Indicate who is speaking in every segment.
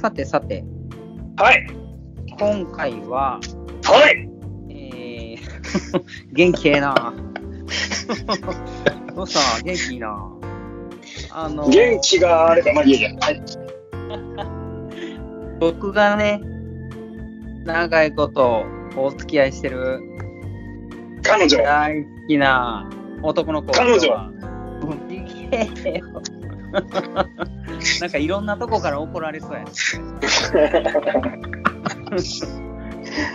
Speaker 1: さてさて、
Speaker 2: はい。
Speaker 1: 今回は、
Speaker 2: は
Speaker 1: え
Speaker 2: い。
Speaker 1: ー、 元気ええな。 どうした元気いいな。あの、
Speaker 2: 元気があれば、まあ、いいやいや。はい。
Speaker 1: 僕がね、長いことお付き合いしてる
Speaker 2: 彼女。
Speaker 1: 大好きな男の子
Speaker 2: 彼女
Speaker 1: はちげえよ なんかいろんなとこから怒られそう やし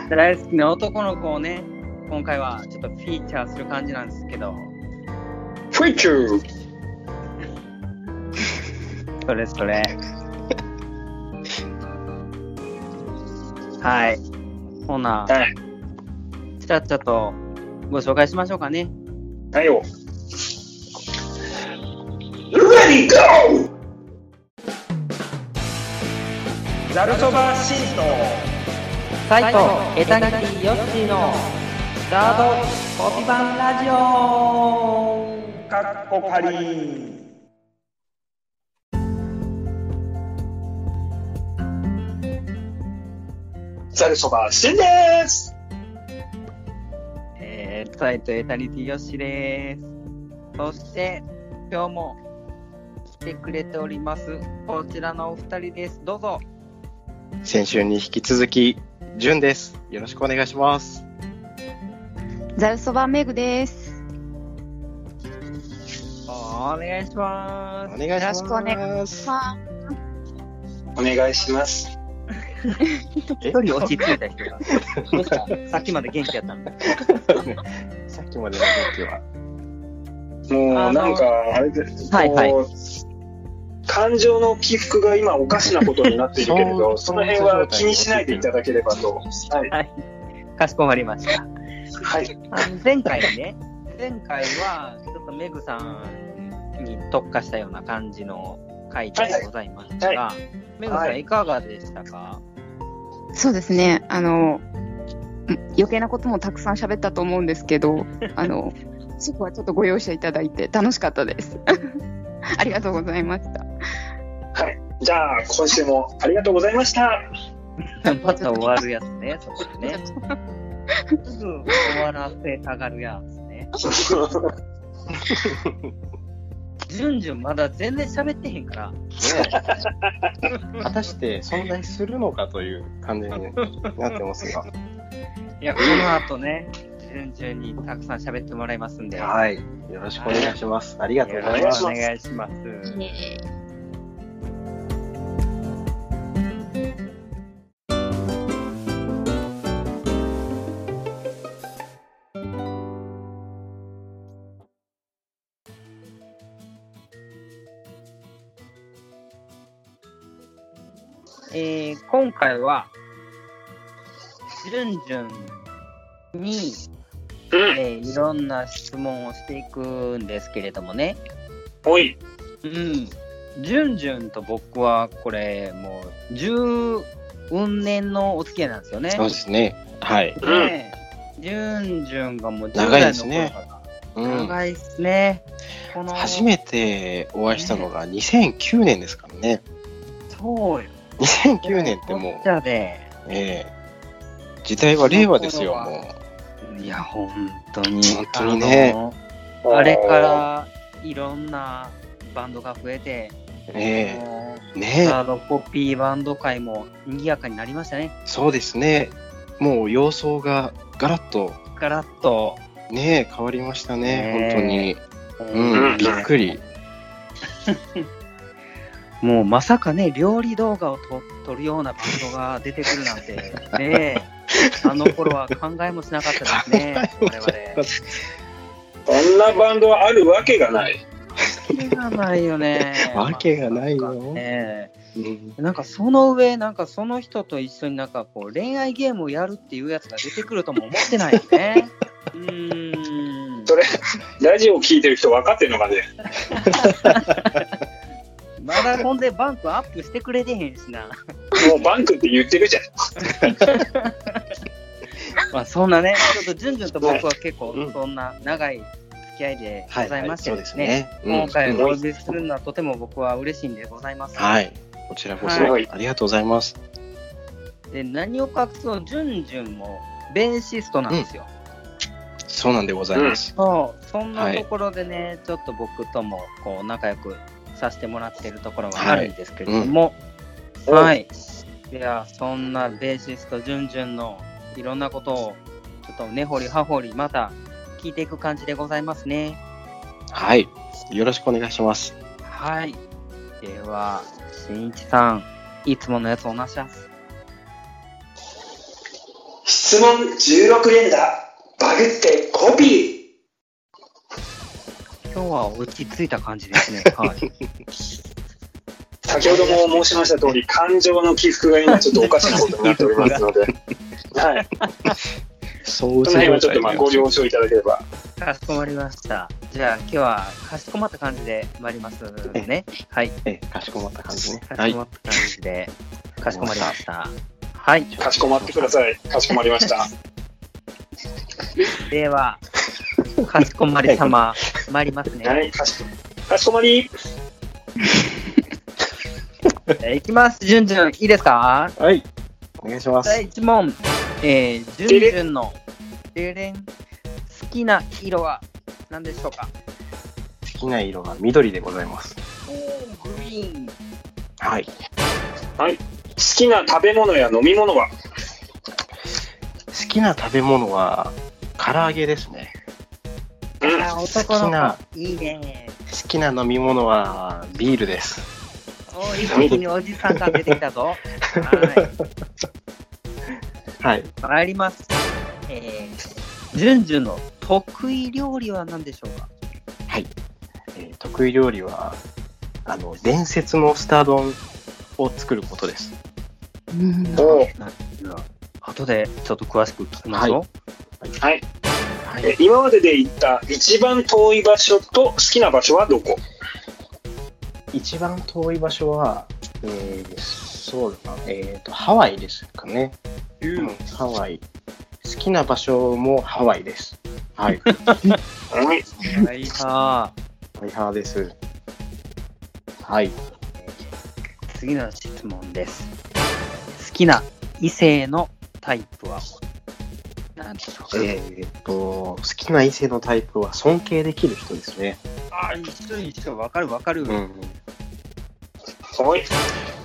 Speaker 1: 大好きな男の子をね今回はちょっとフィーチャーする感じなんですけど
Speaker 2: フィーチュー。
Speaker 1: それそれはいほな
Speaker 2: はい。
Speaker 1: ちゃっちゃとご紹介しましょうかね
Speaker 2: はいよ。レディーゴーザルそばシート。
Speaker 1: サイトエタニティヨッシーのガードコピバンラジオ
Speaker 2: かっこかり。ザルそばシンです。
Speaker 1: えー、サイトエタニティヨッシーですそして今日も来てくれておりますこちらのお二人ですどうぞ
Speaker 3: 先週に引き続き、じゅんです。よろしくお願いします。
Speaker 4: ザルそばメグです。
Speaker 1: お願いしま
Speaker 3: お
Speaker 1: す
Speaker 3: 願いします。
Speaker 4: よろしくお願まあ、
Speaker 2: お願いします。
Speaker 3: え
Speaker 1: 一人落ち着いた人がどうしたさっきまで元気やったの
Speaker 3: さっきまでの時は。
Speaker 2: もうなんか、あれで、
Speaker 1: はいはい
Speaker 2: こう感情の起伏が今おかしなことになっているけれど、
Speaker 3: そう
Speaker 2: その辺は気にしないでいただければと。はい。
Speaker 1: かしこまりました
Speaker 2: はい。
Speaker 1: あの前回ね、前回はちょっとメグさんに特化したような感じの回でございましたが、メグさ
Speaker 2: は
Speaker 1: ん
Speaker 2: い
Speaker 1: いかがでしたか、
Speaker 4: そうですね。あの、ん余計なこともたくさん喋ったと思うんですけど、あの、そこはちょっとご容赦いただいて楽しかったです。 ありがとうございました。
Speaker 2: じゃあ、今週もありがとうございました。
Speaker 1: また終わるやつね、そこでね。すぐ終わらせたがるやつね。じゅんじゅんまだ全然喋ってへんから、
Speaker 3: ね、果たして存在するのかという感じになってますが。
Speaker 1: いや、この後ね、じゅんじゅんにたくさん喋ってもらいますんで、
Speaker 3: はい。よろしくお願いします。ありがとう
Speaker 1: よ
Speaker 3: ござい
Speaker 1: ろ
Speaker 3: ま
Speaker 1: し
Speaker 3: す
Speaker 1: くお。願いします。えー今回は、じゅんじゅんに、
Speaker 2: うん。
Speaker 1: えーいろんな質問をしていくんですけれどもね、
Speaker 2: おい。
Speaker 1: うん、じゅんじゅんと僕はこれ、もう、十運年のお付き合いなんですよね。
Speaker 3: そうですね。はい。
Speaker 2: うん。
Speaker 1: ねじゅんじゅんがもう10
Speaker 3: 長
Speaker 1: 代
Speaker 3: いで
Speaker 1: の
Speaker 3: す
Speaker 1: 頃
Speaker 3: ね
Speaker 1: から
Speaker 3: うん。
Speaker 1: 長いですね。この
Speaker 3: 初めてお会いしたのが2009年ですからね。
Speaker 1: そうよ。
Speaker 3: 2009年っても
Speaker 1: じゃで、
Speaker 3: う、ええ時代は令和ですよ、も
Speaker 1: いや、本当に。
Speaker 3: 本当にね
Speaker 1: あのあれか。らいろんなバンドが増えて、
Speaker 3: う。え
Speaker 1: も
Speaker 3: え
Speaker 1: う
Speaker 3: ねえ
Speaker 1: ガードコピーバンド界も賑やかになりましたね。
Speaker 3: そうですね。もう様相がガラッと
Speaker 1: ガラッと、
Speaker 3: ねえ変わりましたね、
Speaker 1: ね
Speaker 3: 本当に。うん、
Speaker 2: うん
Speaker 3: びっくり。。
Speaker 1: もうまさかね、料理動画をと撮るようなバンドが出てくるなんて、ねえ、あの頃は考えもしなかったですね、我々。
Speaker 2: こんなバンドはあるわけがない。
Speaker 1: わけがないよね
Speaker 3: わけがないよ
Speaker 1: ね
Speaker 3: うん
Speaker 1: えなんかその上、なんかその人と一緒になんかこう恋愛ゲームをやるっていうやつが出てくるとも思ってないよね。う ーん。
Speaker 2: それ、ラジオ聞いてる人分かってんのかね。
Speaker 1: まだほんでバンクアップしてくれてへんしな。
Speaker 2: もうバンクって言ってるじゃん。
Speaker 1: まあそんなね、ちょっとジュンジュンと僕は結構
Speaker 3: うん
Speaker 1: そんな長い付き合いでございまして
Speaker 3: そう
Speaker 1: で
Speaker 3: ですす
Speaker 1: ね。
Speaker 3: ね。
Speaker 1: 今回
Speaker 3: うん
Speaker 1: お呼びするのはとても僕は嬉しいんでございます。
Speaker 3: はい。こちらこそ、
Speaker 2: はい
Speaker 3: ありがとうございます。
Speaker 1: で、何を隠そう、ジュンジュンもベーシストなんですよ。
Speaker 3: そうなんでございます。
Speaker 1: そう、そんなところでね、ちょっと僕ともこう仲良くさせてもらってるところがあるんですけれども、はい。い、や、そんなベーシスト、ジュンジュンのいろんなことを、ちょっと根掘り葉掘り、また聞いていく感じでございますね。
Speaker 3: はい。よろしくお願いします。
Speaker 1: はい。では、しんいちさん、いつものやつおなしゃす。
Speaker 2: 質問16連打、バグってコピ
Speaker 1: 今日は落ち着いた感じですね。はい。
Speaker 2: ー。先ほども申しました通り、感情の起伏が今ちょっとおかしなことになっておりますので、はい。
Speaker 3: そう
Speaker 2: その辺はちょっとまあご了承いただければ。
Speaker 1: かしこまりました。じゃあ、今日はかしこまった感じで参りますね。はい。
Speaker 3: ええかしこまった感じね。
Speaker 1: か
Speaker 3: は
Speaker 1: し
Speaker 3: い
Speaker 1: こま。った感じで、かしこまりました。はい。
Speaker 2: かしこまってください。かしこまりました。
Speaker 1: では、かしこまり様、参りますね。
Speaker 2: は、
Speaker 1: はい
Speaker 2: かしこかしこまり。
Speaker 1: い、きます、じゅんじゅん。いいですか
Speaker 3: はい。お願いします。
Speaker 1: 第1問。えー、じゅんじゅんの、でれん、好きな色は何でしょうか
Speaker 3: 好きな色が緑でございます。
Speaker 1: おー、グリーン。
Speaker 3: はい。好
Speaker 2: 好きな食べ物や飲み物は
Speaker 3: きな食べ物は、唐揚げですね。
Speaker 2: うん。
Speaker 1: あ、男
Speaker 3: 好き
Speaker 1: の
Speaker 3: な
Speaker 1: 子。いいね。
Speaker 3: 好きな飲み物は、ビールです。
Speaker 1: おー一気におじさん感出てきた ぞ。はい。
Speaker 3: はい。
Speaker 1: 参ります。えー、じゅんじゅんの得意料理は何でしょうか
Speaker 3: えー得意料理は、あの、伝説のスター丼を作ることです。
Speaker 4: うん
Speaker 2: おー
Speaker 1: 後でちょっと詳しく聞きましょ
Speaker 2: はい。
Speaker 3: は
Speaker 2: え。今までで行った一番遠い場所と好きな場所はどこ
Speaker 3: 一番遠い場所は、えー、そうだな、えっ、と、ハワイですかね。
Speaker 1: う。
Speaker 3: うん、ハワイ。好きな場所もハワイです。 はい。
Speaker 2: はい。
Speaker 1: はい、さあ、
Speaker 3: ハイハーです。はい。
Speaker 1: 次の質問です。好きな異性のタイプは何でしょう
Speaker 3: え
Speaker 1: か、
Speaker 3: ーっと、好きな異性のタイプは尊敬できる人ですね。
Speaker 1: あ、一緒一緒、わかるわかる。
Speaker 3: うん。
Speaker 2: はい。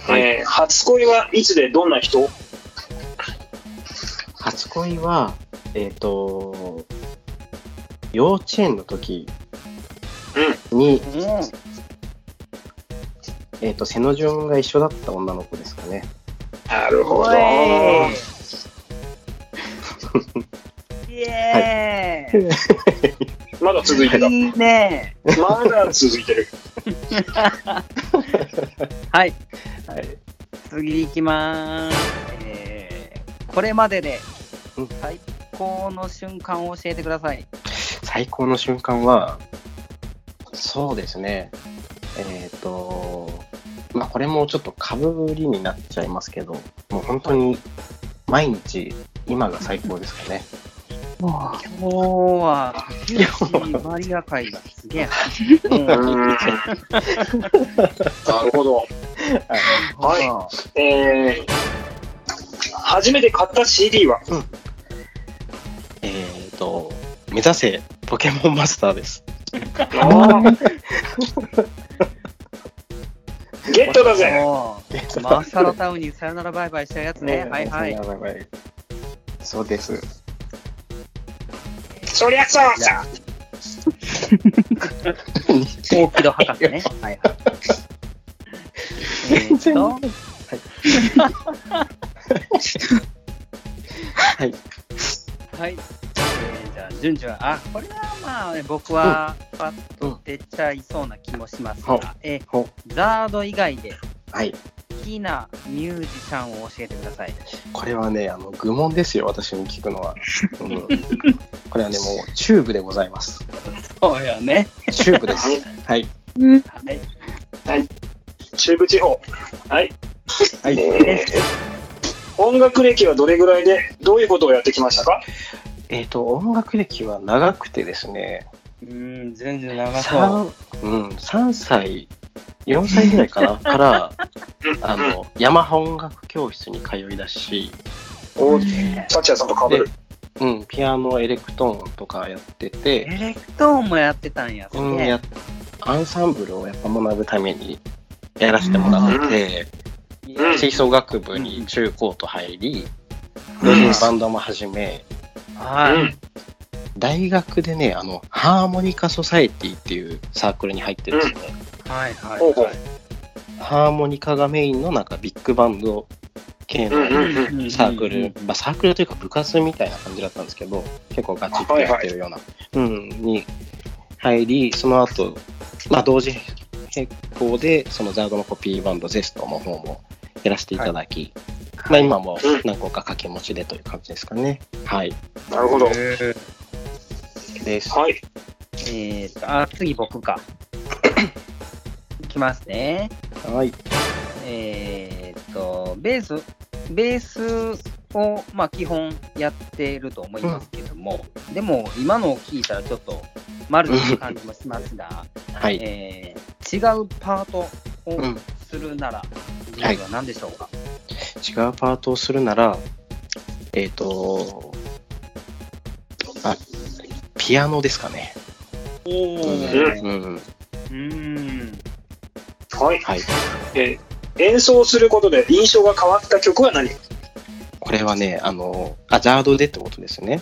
Speaker 3: はい
Speaker 2: えー初恋はいつでどんな人
Speaker 3: 初恋は、えーっと、幼稚園の時に、
Speaker 1: もう
Speaker 3: えーっと、背の順が一緒だった女の子ですかね。
Speaker 2: なるほ
Speaker 1: お
Speaker 2: ど。
Speaker 1: いイエーイ、
Speaker 2: まだ続いてた。
Speaker 1: い、いね
Speaker 2: まだ続いて る。
Speaker 1: はい、
Speaker 3: はい。
Speaker 1: 次行きまーす。えー、これまでで
Speaker 3: うん
Speaker 1: 最高の瞬間を教えてください。
Speaker 3: 最高の瞬間は、そうですね、えっ、と、まあ、これもちょっとかぶりになっちゃいますけど、もう本当に毎日、今が最高ですかね。
Speaker 1: 今日は、ジューシーマリア会がすげえな。うん
Speaker 2: うーんなるほど。
Speaker 1: は
Speaker 2: えー初めて買った CD は
Speaker 3: えっ、と、目指せポケモンマスターです。
Speaker 2: ゲットだ
Speaker 1: い。
Speaker 2: ぜ
Speaker 1: もう、マサロタウンにさよならバイバイしたやつね。はいはい。
Speaker 3: ばいばい。そうです。
Speaker 2: そりゃそうさ
Speaker 1: 大木戸博士ね。 はいはい。えーっと、
Speaker 3: はい。
Speaker 1: はい。えーじゃあ、順々、あ、これはまあ、ね、僕は、パッと出ちゃいそうな気もします
Speaker 3: うん
Speaker 1: が、え
Speaker 3: ほ
Speaker 1: ザード以外で
Speaker 3: はい。
Speaker 1: 好きなミュージシャンを教えてください。
Speaker 3: これはね、あの、愚問ですよ、私に聞く のは。うん、これはね、もう、チューブでございます。
Speaker 1: そうよね。
Speaker 3: チューブです。はい。
Speaker 4: うん
Speaker 1: はい。
Speaker 2: 中部地方。はい。
Speaker 3: はい。
Speaker 2: えー音楽歴はどれぐらいで、どういうことをやってきましたか
Speaker 3: えっ、と、音楽歴は長くてですね、
Speaker 1: うん、全然長そう。
Speaker 3: 3, うん、3歳、4歳ぐらいかな、から、あの、ヤマハ音楽教室に通いだし、
Speaker 2: おサチヤさんとかぶる。
Speaker 3: うん、ピアノ、エレクトーンとかやって
Speaker 1: エ
Speaker 3: て、
Speaker 1: レクトーンもやってたんや。
Speaker 3: うん、やアンサンブルをやっぱ学ぶためにやらせてもらってて、
Speaker 2: うん
Speaker 3: 吹奏楽部に中高と入り、
Speaker 2: うん
Speaker 3: 同時にバンドも始め、
Speaker 1: はい。
Speaker 3: 大学でね、あの、ハーモニカソサエティっていうサークルに入ってるんですね。
Speaker 1: はいはい
Speaker 2: ほうほう
Speaker 1: はい。
Speaker 3: ハーモニカがメインのなんかビッグバンド系
Speaker 2: うんう
Speaker 3: の
Speaker 2: んうん。
Speaker 3: サークル、まあ、サークルというか部活みたいな感じだったんですけど、結構ガチッとやってるような、うん、に入り、その後、まあ同時並行で、そのザードのコピーバンド、ゼストの方もやらせていただき、まあ今も何個か掛け持ちでという感じですかね。はい。
Speaker 2: なるほど。は
Speaker 1: えー
Speaker 3: です。
Speaker 2: い。
Speaker 1: えーと、あ、次僕か。 いきますね。
Speaker 3: はい。
Speaker 1: えーと、ベース、ベースを、まあ、基本やってると思いますけども、でも、今のを聞いたらちょっと、マルチな感じもしますが、
Speaker 3: はい。
Speaker 1: えー違うパートを
Speaker 3: うん
Speaker 1: するなら、ジャズは何でしょうか、
Speaker 3: 違うパートをするなら、えっ、と、あ、ピアノですかね。
Speaker 1: お
Speaker 2: ー
Speaker 3: うん。
Speaker 1: うん。
Speaker 2: はい。
Speaker 3: はい。
Speaker 2: えー演奏することで印象が変わった曲は何
Speaker 3: これはね、あの、あ、ザードでってことですね。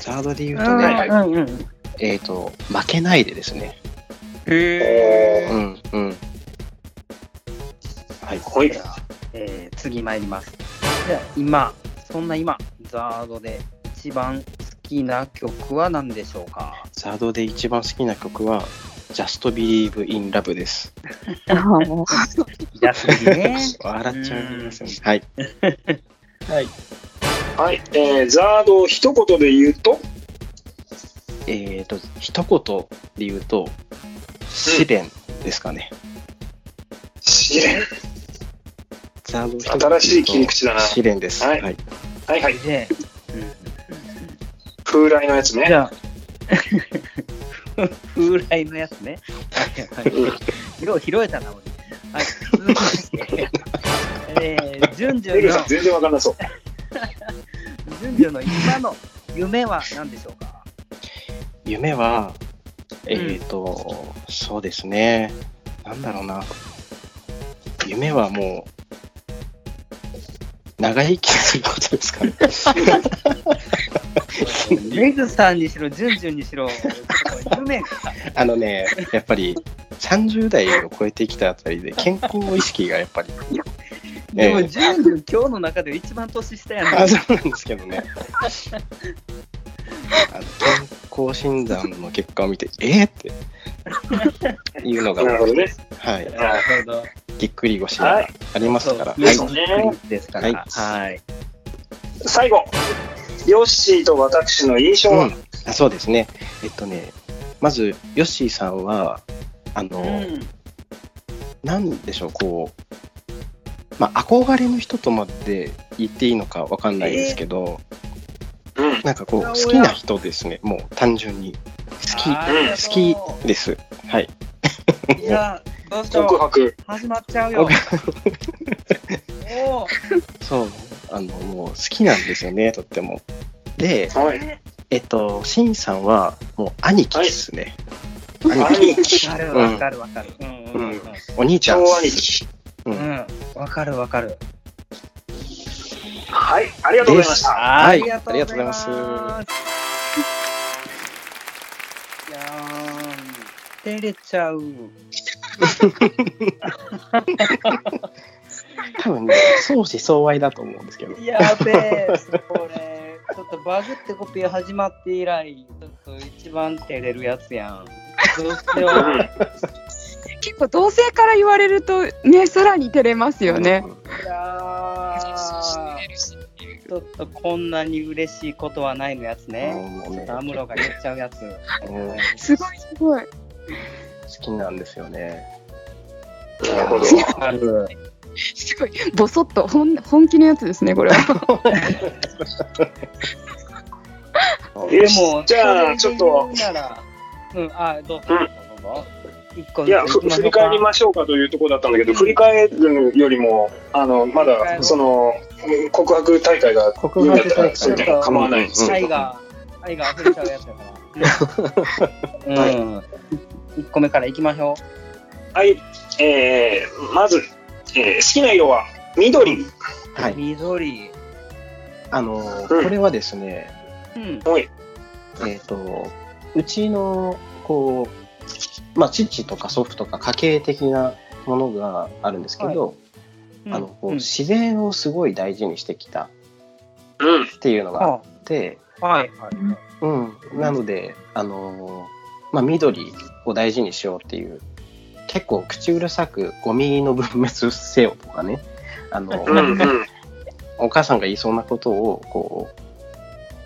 Speaker 3: ザードで言うと
Speaker 1: うん
Speaker 3: ね、
Speaker 2: はい
Speaker 1: うんうん。
Speaker 3: えっ、と、負けないでですね。
Speaker 1: へ
Speaker 2: へ
Speaker 1: ー
Speaker 2: ー
Speaker 3: うん、うん。はい。
Speaker 2: はい。
Speaker 1: えー次参ります。じゃあ今、そんな今、ザードで一番好きな曲は何でしょうか
Speaker 3: ザードで一番好きな曲は、Just Believe in Love です。
Speaker 1: ジャスビね。
Speaker 3: 笑っちゃいますよね。はい。はい。
Speaker 2: はい。えーザードを一言で言うと、
Speaker 3: えっ、と、一言で言うと、試練ですかね。
Speaker 2: 試練。
Speaker 3: ザード
Speaker 2: 新しい切り口だな
Speaker 3: 試練です。
Speaker 2: はい
Speaker 3: はい。
Speaker 2: はいはい。
Speaker 1: で、
Speaker 2: 風来のやつ
Speaker 1: じ
Speaker 2: ね。
Speaker 1: ゃあ、 風来のやつね。はいはいよう拾えたな、俺。はい、続きまして、えー、ジュンジ
Speaker 2: エ
Speaker 1: ュン
Speaker 2: ル
Speaker 1: の
Speaker 2: さん、全然わかんなそう。
Speaker 1: ジュンジュンの今の夢は何でしょうか
Speaker 3: 夢は、えっ、と、そうですね。なんだろうな。夢はもう、長生きすることですかね。
Speaker 1: メグさんにしろ、ジュンジュンにしろ、夢が
Speaker 3: あのね、やっぱり、30代を超えてきたあたりで、健康意識がやっぱり、
Speaker 1: でも、
Speaker 3: ええ
Speaker 1: ジュンジュン、今日の中で一番年下やな
Speaker 3: あ、。そうなんですけどね。あの健康診断の結果を見て、えー、っていうのが、
Speaker 2: なるほどね。
Speaker 3: はい、
Speaker 1: なるほど。
Speaker 3: ぎっくり腰がありますから。
Speaker 1: そう
Speaker 3: はい
Speaker 2: そうね。
Speaker 1: ですから。
Speaker 3: は
Speaker 1: はい。
Speaker 2: 最後、ヨッシーと私の印象
Speaker 3: う
Speaker 2: は
Speaker 3: ん、あそうですね。えっとね、まず、ヨッシーさんは、あの、なんでしょう、こう、まあ、憧れの人とまで言っていいのかわかんないですけど、
Speaker 2: うん。
Speaker 3: なんかこう、
Speaker 1: おやおや
Speaker 3: 好きな人ですね、もう単純に。好き、好きです。はい。
Speaker 1: き。いや、どうしよ
Speaker 2: 告
Speaker 1: う。
Speaker 2: 白。
Speaker 1: 始まっちゃうよ。おー
Speaker 3: そう、あの、もう好きなんですよね、とっても。で、
Speaker 2: はい。
Speaker 3: えっと、シンさんは、もう兄貴ですね。
Speaker 2: 兄貴。
Speaker 1: わかるわかるわかる。うんうんうん
Speaker 3: お兄ちゃん
Speaker 2: 超
Speaker 3: っす。
Speaker 2: 兄貴。
Speaker 3: う
Speaker 1: うん
Speaker 3: ん。
Speaker 1: わかるわかる。
Speaker 2: はい。ありがとうございました。
Speaker 3: は
Speaker 1: あ
Speaker 3: い
Speaker 1: りがとうございま
Speaker 3: ありがとうござい
Speaker 1: す。いやー、照れちゃう。
Speaker 3: 多分ね、相思相愛だと思うんですけど。
Speaker 1: やべえ、これ、ちょっとバグってコピー始まって以来、ちょっと一番照れるやつやん。どうしよ
Speaker 2: うん
Speaker 1: う。
Speaker 4: 結構同性から言われるとねさらに照れますよね。
Speaker 1: いやー、ちょっとこんなに嬉しいことはないのやつね。
Speaker 3: もうね
Speaker 1: アムロが言っちゃうやつ。
Speaker 3: うん好
Speaker 4: すごいすごい。
Speaker 3: きなんですよね。
Speaker 2: なるほど。
Speaker 1: ある。
Speaker 4: すごいボソッと本本気のやつですねこれは。
Speaker 2: え
Speaker 1: でも、
Speaker 2: じゃあちょっ
Speaker 1: そ
Speaker 2: と
Speaker 1: れで言うならうん、あ、どうぞ
Speaker 2: うん。
Speaker 1: どうぞ一個
Speaker 2: いや、
Speaker 1: ず
Speaker 2: ふ
Speaker 1: つ行きましょう
Speaker 2: 振り
Speaker 1: か
Speaker 2: 返りましょうかというところだったんだけど、振り返るよりも、あの、ま
Speaker 1: 振り返ろ
Speaker 2: だ、
Speaker 1: う
Speaker 2: その、告白大会が、
Speaker 3: 告白大会
Speaker 2: そういうのは構わないです
Speaker 3: うん
Speaker 1: 愛が、愛が溢れちゃうやつだから。 うん。1個目からいきましょ
Speaker 2: はい、えー、まず、えー好きな色は緑。
Speaker 3: は
Speaker 1: う。
Speaker 3: い。
Speaker 1: 緑。
Speaker 3: あのー、
Speaker 2: うん
Speaker 3: これはですね、
Speaker 1: うん。
Speaker 2: はい。
Speaker 3: えっ、と、うちの、こう、まあ、父とか祖父とか家系的なものがあるんですけど、
Speaker 1: うん
Speaker 3: あのこう
Speaker 1: うん
Speaker 3: 自然をすごい大事にしてきた
Speaker 2: うん。
Speaker 3: っていうのがあ
Speaker 1: あ
Speaker 3: って、
Speaker 1: はい。
Speaker 3: うん、なので、あのーまあ、緑を大事にしようっていう結構口うるさくゴミの分別せよとかねあの、
Speaker 2: うん。うん。
Speaker 3: お母さんが言いそうなことをこう、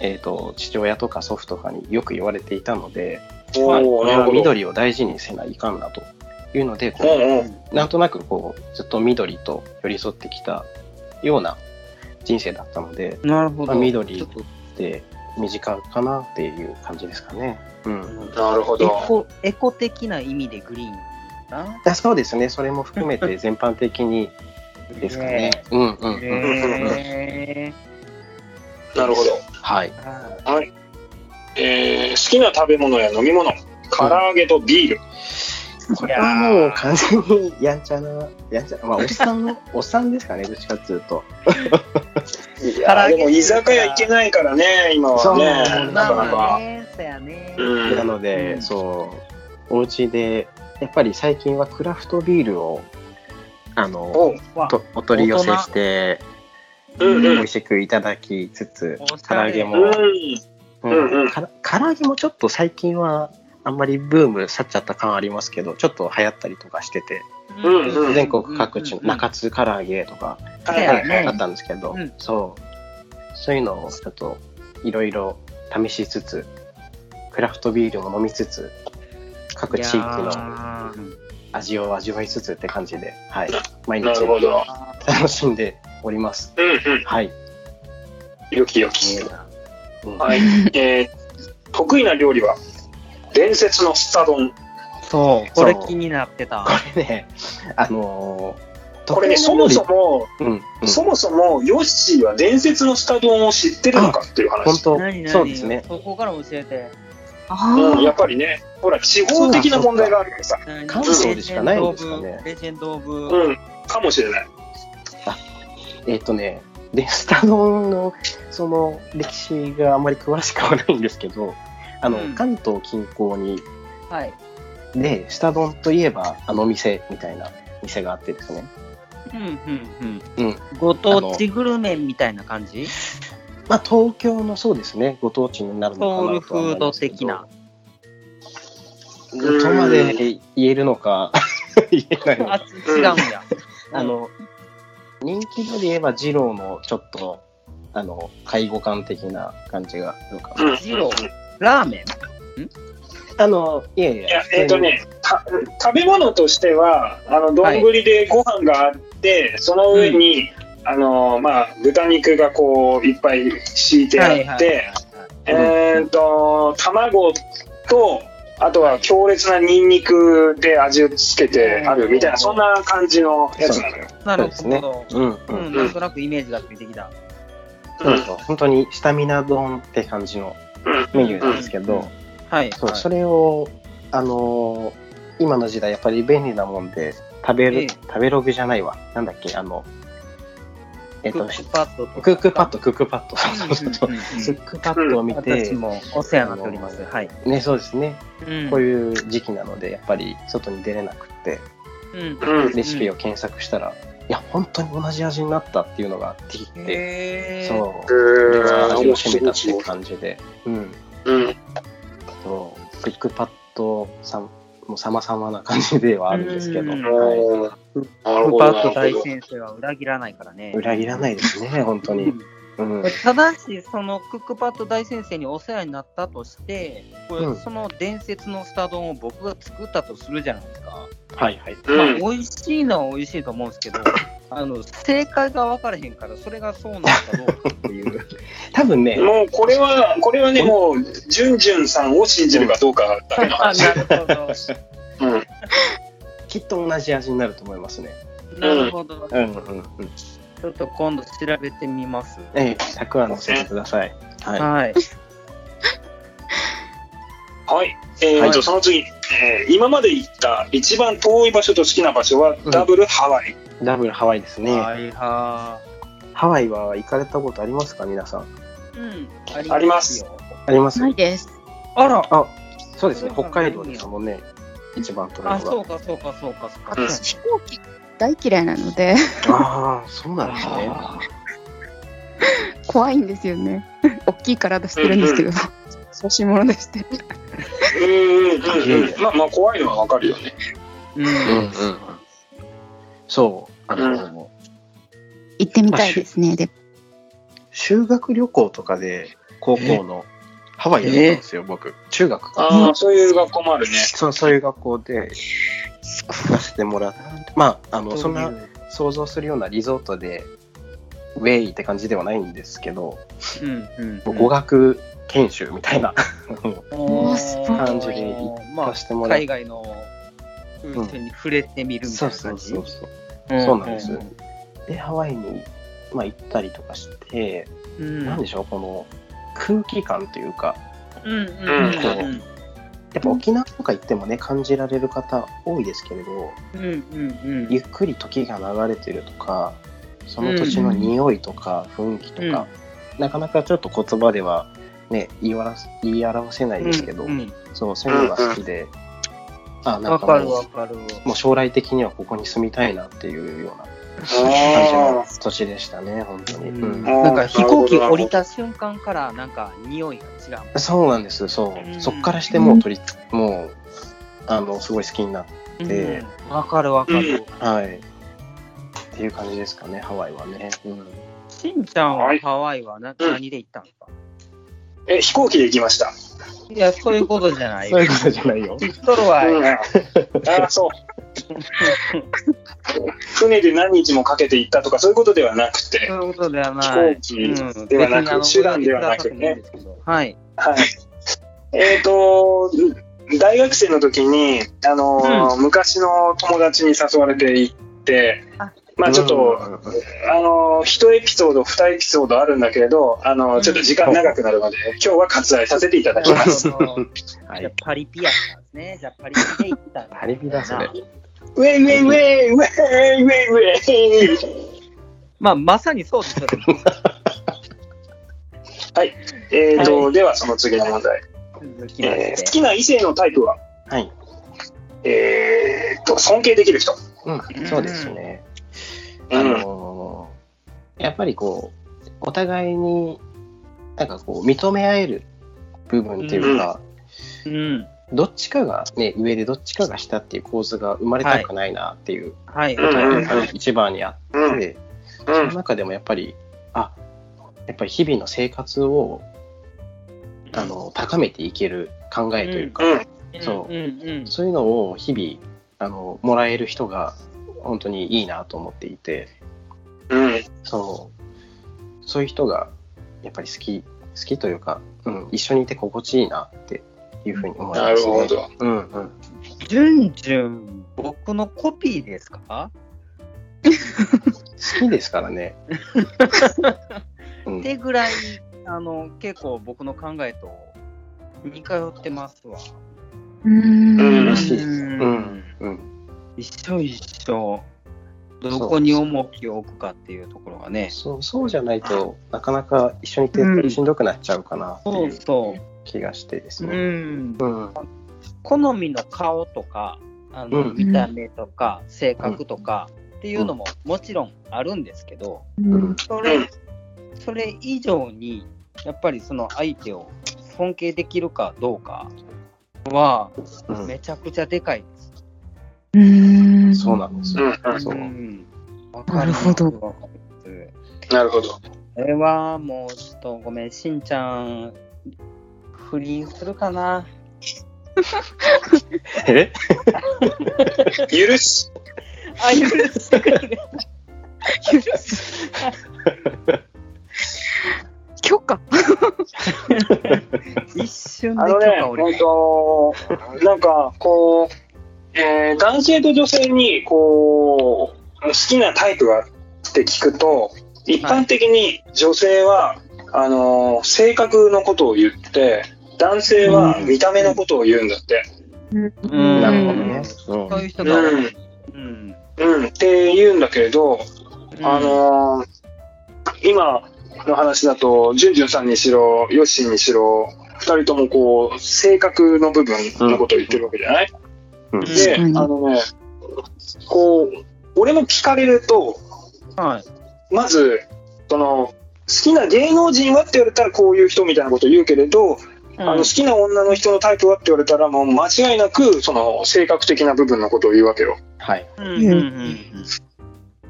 Speaker 3: えー、と父親とか祖父とかによく言われていたので、まあ
Speaker 2: お
Speaker 3: こ
Speaker 2: ー、
Speaker 3: れ
Speaker 2: なる
Speaker 3: は
Speaker 2: ほど。
Speaker 3: 緑を大事にせないかんなというのでこう、
Speaker 2: うんうん。
Speaker 3: なんとなくこうずっと緑と寄り添ってきたような人生だったので
Speaker 1: なるほど。
Speaker 3: あ緑
Speaker 1: ちょっと
Speaker 3: で身近かなっていう感じですかね。うん、
Speaker 2: なるほ
Speaker 1: エ
Speaker 2: ど。
Speaker 1: コ、エコ的な意味でグリーンかな。
Speaker 3: あそうですねそれも含めて全般的にですかね。うんうんうん、
Speaker 1: へ
Speaker 2: なるほど。
Speaker 3: はい
Speaker 1: ー。あ
Speaker 2: えー、好きな食べ物や飲み物。唐揚げとビール。
Speaker 3: これはもう完全にやんちゃなやんちゃなまあおっ さんのおっさんですかねどっちかっていうと。
Speaker 1: 唐揚
Speaker 2: いやー
Speaker 1: げ
Speaker 2: でも居酒屋行けないからね、今は
Speaker 3: そう
Speaker 2: ね。
Speaker 1: ー
Speaker 2: なか
Speaker 1: ま
Speaker 2: な
Speaker 1: あ
Speaker 2: か。
Speaker 1: ね、そやね。
Speaker 2: うん
Speaker 3: なので、
Speaker 1: うん
Speaker 3: そうお家でやっぱり最近はクラフトビールをあの
Speaker 2: おう
Speaker 1: わ
Speaker 3: とお取り寄せして
Speaker 2: うんう
Speaker 3: 美
Speaker 2: ん。
Speaker 3: 味しくいただきつつ
Speaker 1: おし
Speaker 3: 唐
Speaker 1: ゃ
Speaker 3: 揚
Speaker 1: れ
Speaker 3: げ
Speaker 2: う
Speaker 3: も
Speaker 2: ん。うんうん
Speaker 3: から唐揚げもちょっと最近はあんまりブーム去っちゃった感ありますけどちょっと流行ったりとかしてて、
Speaker 2: うんうん
Speaker 3: 全国各地
Speaker 1: う
Speaker 3: の
Speaker 1: んうんうん
Speaker 3: 中津唐揚げとか、
Speaker 2: は
Speaker 1: ね
Speaker 2: いはいはい
Speaker 3: あったんですけど、
Speaker 1: うん
Speaker 3: そうそういうのをちょっといろいろ試しつつクラフトビールも飲みつつ各地域
Speaker 1: いや
Speaker 3: の
Speaker 1: ー
Speaker 3: 味を味わいつつって感じで、はい、毎日
Speaker 2: なるほど。
Speaker 1: あ
Speaker 3: 楽しんでおります。
Speaker 2: うんうん。
Speaker 3: はい、
Speaker 2: よきよき。
Speaker 3: うん
Speaker 2: はい。えー、得意な料理は伝説のスタ丼。
Speaker 1: ーそう、これ気になってた。
Speaker 3: これねあのー
Speaker 2: これね、そもそ、
Speaker 3: 得
Speaker 2: も、
Speaker 3: 意な料理うんうん
Speaker 2: そもそもヨッシーは伝説のスタ丼を知ってるのかっていう
Speaker 3: 本
Speaker 2: 話。
Speaker 3: 当
Speaker 1: 何
Speaker 3: そうですね
Speaker 1: 何。そこから教えて。
Speaker 4: あ
Speaker 2: うん、やっぱりね、ほら、地方的な問題があるからさ。
Speaker 1: 何
Speaker 3: 関西でしかないんですかね
Speaker 1: レジェンド・オブ・レジェンドオブ
Speaker 2: うん、かもしれない。
Speaker 3: えっ、とね、で、スタ丼のその歴史があまり詳しくはないんですけど、あの、
Speaker 1: うん
Speaker 3: 関東近郊に、
Speaker 1: はい。
Speaker 3: で、スタ丼といえばあの店みたいな店があってですね、
Speaker 1: うんうん
Speaker 3: うん。
Speaker 1: うん。ご当地グルメみたいな感じ
Speaker 3: まあ東京のそうですね、ご当地になるのかなとは思いますけど
Speaker 1: ソウルフード的な。
Speaker 3: どこまで言えるのか 言えないの
Speaker 1: あ、
Speaker 3: か。
Speaker 1: 違うんや。
Speaker 3: あの、人気度で言えば二郎のちょっと、あの、介護感的な感じがあるかな。
Speaker 2: うん。
Speaker 1: ジローラーメン
Speaker 3: あの、いやいや。
Speaker 2: いや、えっ、とね、た食べ物としては、あの、
Speaker 1: はい
Speaker 2: 丼でご飯があって、その上に、あの、まあ、豚肉がこう、いっぱい敷いてあって、えーっと、卵と、あとは強烈なニンニクで味をつけてあるみたいな、そんな感じのやつなのよ。
Speaker 1: な
Speaker 3: そう
Speaker 1: る
Speaker 3: ですね
Speaker 1: ほど。
Speaker 3: うんうん。
Speaker 1: うん、なんとなくイメージがついてきた。
Speaker 2: うん
Speaker 3: 本当にスタミナ丼って感じのメニューなんですけど、
Speaker 1: はい。
Speaker 3: そうそ
Speaker 1: れ
Speaker 3: れを、あのー今の時代やっぱり便利なもんで食べる、
Speaker 1: ええ
Speaker 3: 食べログじゃないわなんだっけあのえっ、
Speaker 1: ク
Speaker 3: と
Speaker 1: ックパッドとか。
Speaker 3: クックパッドクックパッド
Speaker 1: うん
Speaker 3: そうそうそう
Speaker 1: うんうん
Speaker 3: クックパッドを見
Speaker 1: 私
Speaker 3: て、
Speaker 1: もお世話になっております。はい。
Speaker 3: ね、そうですね、こう
Speaker 1: い
Speaker 3: いう時期なので、やっぱり外に出れなくって、
Speaker 1: うん。
Speaker 2: うん。
Speaker 3: レシピを検索したら、いや、本当に同じ味になったっていうのができて、
Speaker 1: へー
Speaker 3: そう、
Speaker 2: うん。
Speaker 3: 味を
Speaker 2: 面
Speaker 3: 占めたってい
Speaker 2: 白
Speaker 3: う
Speaker 2: い。
Speaker 3: 感じで、うん、
Speaker 2: うん。
Speaker 3: そうクックパッドさんも様々な感じではあるんですけど、
Speaker 1: うん
Speaker 3: はい
Speaker 2: おーな
Speaker 1: ク
Speaker 2: る
Speaker 1: ック
Speaker 2: ほ
Speaker 1: パ
Speaker 2: ど。
Speaker 1: ッド
Speaker 2: な
Speaker 1: 大
Speaker 2: るほど
Speaker 1: 先生は裏切らないからね。
Speaker 3: 裏切らないですね、本当に。うん、
Speaker 1: ただし、そのクックパッド大先生にお世話になったとして、これ
Speaker 3: うん
Speaker 1: その伝説のスタ丼を僕が作ったとするじゃないですか。
Speaker 3: はいはい。
Speaker 1: まあ、
Speaker 2: うん。
Speaker 1: 美味しいのは美味しいと思うんです けど、あの正解が分からへんから、それがそうなのかどうかって いう。
Speaker 3: 多分ね、
Speaker 2: もうこれは、これはね、もう、ジュンジュンさんを信じるかどうかだけの
Speaker 1: あ
Speaker 2: 話。
Speaker 1: なるほど。
Speaker 2: うん。
Speaker 3: きっと同じ味になると思いますね。
Speaker 1: なるほど。
Speaker 3: うんうんうん。
Speaker 1: ちょっと今度調べてみます。
Speaker 3: ええ、たくあん乗せてください。はい。
Speaker 1: はい。
Speaker 2: はい。えー
Speaker 3: はい
Speaker 2: とその次、えー今まで行った一番遠い場所と好きな場所は
Speaker 3: うん
Speaker 2: ダブルハワイ。
Speaker 3: ダブルハワイですね。
Speaker 1: はいは
Speaker 3: ハワイは行かれたことありますか皆さん。
Speaker 1: ー。うん
Speaker 2: あります
Speaker 1: よ。
Speaker 3: あります、
Speaker 4: ないです。
Speaker 1: あら。
Speaker 3: あ、そうですね。
Speaker 1: そう
Speaker 3: 北
Speaker 1: なんだ
Speaker 3: 海道ですもんね。一番遠いのが。
Speaker 1: あ、そうかそうかそうかそうか。
Speaker 2: うん
Speaker 4: 飛行機大嫌いなので
Speaker 3: ああ、そうなんですね。
Speaker 1: あ
Speaker 4: 怖いんですよね。大きい体してるんですけど、調子者でして。
Speaker 2: うんうんうん
Speaker 3: う
Speaker 2: うん。まあまあ怖いのはわかるよね。
Speaker 1: うん。
Speaker 3: うんうん。そう。あの、
Speaker 4: 行ってみたいですね。でも
Speaker 3: 修学旅行とかで高校のハワイに行ったんですよ、僕。中学か。
Speaker 2: ああ、そういう学校もあるね。
Speaker 3: そうそういう学校で行かせてもらって、まあ、あの、そんな想像するようなリゾートで、ウェイって感じではないんですけど、
Speaker 1: うんうん。
Speaker 3: 語学研修みたいな、
Speaker 1: おー
Speaker 4: すごい
Speaker 3: 感じで行
Speaker 1: まあ
Speaker 3: させてもらっ
Speaker 1: 海外の風景に触れてみるみた
Speaker 3: そ
Speaker 1: いうな感
Speaker 3: そう
Speaker 1: じ。
Speaker 3: そうそう。
Speaker 1: うん
Speaker 3: そうなんですよで、ハワイに、まあ、行ったりとかして、
Speaker 1: うん。
Speaker 3: なんでしょう、この空気感というか、
Speaker 1: うんうんうん
Speaker 3: やっぱ沖縄とか行ってもね、感じられる方多いですけれど、
Speaker 1: うんうんうん
Speaker 3: ゆっくり時が流れてるとか、その土地の匂いとか雰囲気とか、なかなかちょっと言葉では、ね、言いわら言い表せないですけど、
Speaker 1: うんうん
Speaker 3: そう、そういうのが好きで、あ、な
Speaker 1: わ
Speaker 3: ん
Speaker 1: か
Speaker 3: か
Speaker 1: る
Speaker 3: も
Speaker 1: わ
Speaker 3: う
Speaker 1: かる。
Speaker 3: もう将来的にはここに住みたいなっていうような感じ
Speaker 2: あ
Speaker 3: の土地でしたね、本当に。うん
Speaker 2: あー
Speaker 1: なんか飛行機降りた瞬間からなんか匂いが違う。
Speaker 3: そうなんです、そうう。
Speaker 1: ん
Speaker 3: そっからしてもう取り、もう、あの、すごい好きになって、で
Speaker 1: うんわかるわかる。
Speaker 3: はい。っていう感じですかね、ハワイはね。うん。
Speaker 1: しんちゃん
Speaker 2: は
Speaker 1: はいハワイはな
Speaker 2: うん
Speaker 1: 何で行ったんですか
Speaker 2: あ。え、飛行機で行きました。
Speaker 1: いや、そういうことじゃない
Speaker 3: そ
Speaker 1: よ
Speaker 3: ういう。ことじゃないよ。
Speaker 1: ピットロは、
Speaker 2: うん、ああ、 そう。船で何日もかけて行ったとか、そういうことではなくて、
Speaker 1: そういうことでは
Speaker 2: 飛
Speaker 1: ない
Speaker 2: 行。機ではなく、手段ではなくね。。
Speaker 1: はい。
Speaker 2: はい。えっ、と、大学生の時に、あのー昔の友達に誘われて行って
Speaker 4: あ、
Speaker 2: まあちょっと、
Speaker 3: うん、
Speaker 2: あのー、1エピソード、2エピソードあるんだけれど、あのーちょっと時間長くなるので、今日は割愛させていただきます。
Speaker 3: は
Speaker 1: じゃあ
Speaker 3: い。
Speaker 1: パリピやったんですね。じゃあパリピで行ったんだ
Speaker 3: パリピだ、それ。
Speaker 2: ウェイウェイウェイウェイウェイウェイ
Speaker 1: まあ、まさにそうですよね。
Speaker 2: えっと、
Speaker 1: は
Speaker 2: ではその次の問題。
Speaker 1: 続きま
Speaker 2: え
Speaker 1: し
Speaker 2: ー好
Speaker 1: て。
Speaker 2: きな異性のタイプは、
Speaker 3: はい。
Speaker 2: えーっと、尊敬できる人。
Speaker 3: うん、そうですね。
Speaker 2: うん
Speaker 3: あのーやっぱりこう、お互いに、なんかこう、認め合える部分っていうか、
Speaker 1: うん。
Speaker 3: どっちかがね、上でどっちかが下っていう構図が生まれたくないなっていう
Speaker 1: はい。
Speaker 2: うん
Speaker 3: タイ
Speaker 2: うん
Speaker 3: プが一番にあ
Speaker 2: う
Speaker 3: っ
Speaker 2: ん。
Speaker 3: て、
Speaker 2: う
Speaker 3: その
Speaker 2: ん。
Speaker 3: 中でもやっぱり、あ、やっぱり日々の生活を、あの、高めていける考えというか、
Speaker 2: うん。
Speaker 3: そう
Speaker 1: うんうん。
Speaker 3: そういうのを日々、あの、もらえる人が、本当にいいなと思っていて、
Speaker 2: うん。
Speaker 3: そう、そういう人が、やっぱり好き、好きというか、うん、一緒にいて心地いいなっていうふうに思い
Speaker 2: な
Speaker 3: ま
Speaker 2: る
Speaker 3: すね。
Speaker 2: ほ。ど。
Speaker 3: うんうん。
Speaker 1: じゅんじゅん、僕のコピーですか
Speaker 3: 好きですか らね。うん
Speaker 1: ってぐらい、あの、結構僕の考えと似通ってますわ。
Speaker 4: うーん
Speaker 2: 嬉
Speaker 3: しい
Speaker 1: うん
Speaker 3: うんうん。
Speaker 1: 一緒一緒。どこに重きを置くかっていうところがね。
Speaker 3: そう、そうじゃないとなかなか一緒にいて
Speaker 1: うん
Speaker 3: しんどくなっちゃうかなって
Speaker 1: そ
Speaker 3: いうう
Speaker 1: そ
Speaker 3: 気がしてです
Speaker 1: う。う
Speaker 3: ね。
Speaker 1: ん。
Speaker 3: うん。
Speaker 1: 好みの顔とか、あの、
Speaker 3: うん
Speaker 1: 見た目とか、性格とか、っていうのももちろんあるんですけど、
Speaker 3: うん。
Speaker 1: そ
Speaker 2: うん
Speaker 1: れ、それ以上に、やっぱりその相手を尊敬できるかどうかは、
Speaker 3: うん
Speaker 1: めちゃくちゃでかいです。
Speaker 4: うーん
Speaker 3: そうなんです
Speaker 2: う
Speaker 3: よ。
Speaker 2: ん。うん
Speaker 3: そう
Speaker 1: うん。わ
Speaker 4: なるほど
Speaker 1: わかる
Speaker 2: なるほど。
Speaker 1: これはもうちょっとごめん、しんちゃん、不倫するかな
Speaker 3: え
Speaker 2: 許し。
Speaker 1: あ、許してくれる。
Speaker 4: 許す。許可
Speaker 1: 一瞬
Speaker 2: あ
Speaker 1: で許
Speaker 2: のね、
Speaker 1: 可を
Speaker 2: 本当なんか、こう、えー男性と女性にこう好きなタイプがって聞くと一般的に女性は、あのー性格のことを言って男性は見た目のことを言うんだって、
Speaker 1: うん
Speaker 3: なるほどね。
Speaker 1: そういう人
Speaker 2: うん
Speaker 1: が多
Speaker 2: う
Speaker 1: い
Speaker 2: ん
Speaker 1: うん。
Speaker 2: って言うんだけれど、
Speaker 1: うん
Speaker 2: あのー今の話だとジュンジュンさんにしろヨッシーにしろ2人ともこう性格の部分のことを言ってるわけじゃない、
Speaker 3: うん
Speaker 2: で、
Speaker 4: うん
Speaker 2: あのね、こう、俺も聞かれると、
Speaker 1: はい。
Speaker 2: まず、その、好きな芸能人はって言われたらこういう人みたいなこと言うけれど、あの好きな女の人のタイプはって言われたらもう間違いなくその性格的な部分のことを言うわけよ。
Speaker 3: はい。
Speaker 1: うんうんうん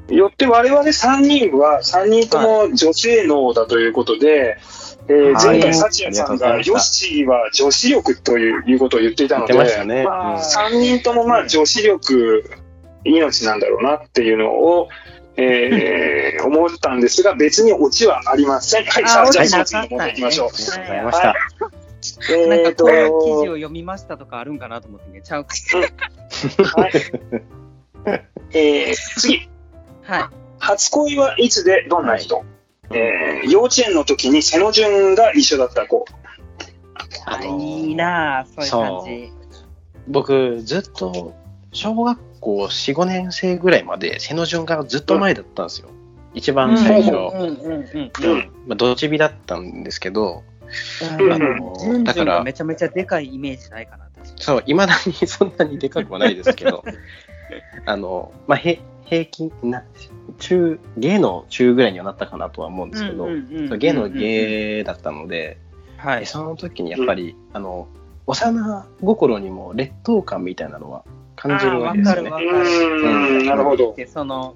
Speaker 2: よって我々3人は3人とも女性能だということで、えー
Speaker 3: は
Speaker 2: 前
Speaker 3: い
Speaker 2: 回幸也さんが
Speaker 3: ありがとう
Speaker 2: ヨ
Speaker 3: ござい
Speaker 2: ッ
Speaker 3: ま
Speaker 2: シーは女子力といういうことを言っていた
Speaker 3: 言
Speaker 2: の
Speaker 3: っ
Speaker 2: で、
Speaker 3: てましたね。
Speaker 2: ま
Speaker 3: う
Speaker 2: あ、
Speaker 3: ん
Speaker 2: 3人ともまあ女子力命なんだろうなっていうのを、え ー、思ったんですが別にオチはありません。はい、
Speaker 1: あ
Speaker 2: さあ
Speaker 1: オ
Speaker 2: じ
Speaker 1: チ
Speaker 2: ゃあ
Speaker 1: なか
Speaker 2: そ
Speaker 1: った
Speaker 2: の
Speaker 1: ね
Speaker 2: 次に戻っていきましょう
Speaker 3: あ。りがとうございました。
Speaker 1: な
Speaker 2: え
Speaker 1: ん
Speaker 2: ー
Speaker 1: か
Speaker 2: と
Speaker 1: こういう記事を読みましたとかあるんかなと思ってね、ちゃうか。
Speaker 2: はいえー次
Speaker 1: はい。
Speaker 2: 初恋はいつでどんな人、えー幼稚園の時に背の順が一緒だった子。
Speaker 3: あの
Speaker 1: いいなあそういう
Speaker 3: 僕、ずっと、小学校4、5年生ぐらいまで、背の順がずっと前だったんですよ。一
Speaker 1: 感
Speaker 3: 番
Speaker 1: じ。
Speaker 3: 最初。
Speaker 1: うんうんうん
Speaker 2: うん
Speaker 1: うん。
Speaker 3: まあ、どっちびだったんですけど、
Speaker 1: うん
Speaker 3: あ
Speaker 1: ジュ
Speaker 3: の
Speaker 1: ンジ
Speaker 3: だ
Speaker 1: ュ
Speaker 3: か
Speaker 1: ンが
Speaker 3: ら
Speaker 1: め、ちゃめちゃでかいイメージないかな、確か
Speaker 3: そう、いまだに そんなにでかくはないですけ ど、あの、まあ、へ平均な、中、芸の中ぐらいにはなったかなとは思うんですけど、そう芸の芸だったので、
Speaker 1: はい。
Speaker 3: その時にやっぱり、あの、幼心にも劣等感みたいなのは感じるわけですよ
Speaker 1: あーわかるわ
Speaker 3: ね
Speaker 1: か。
Speaker 2: うーん、なるほど。
Speaker 1: で、その、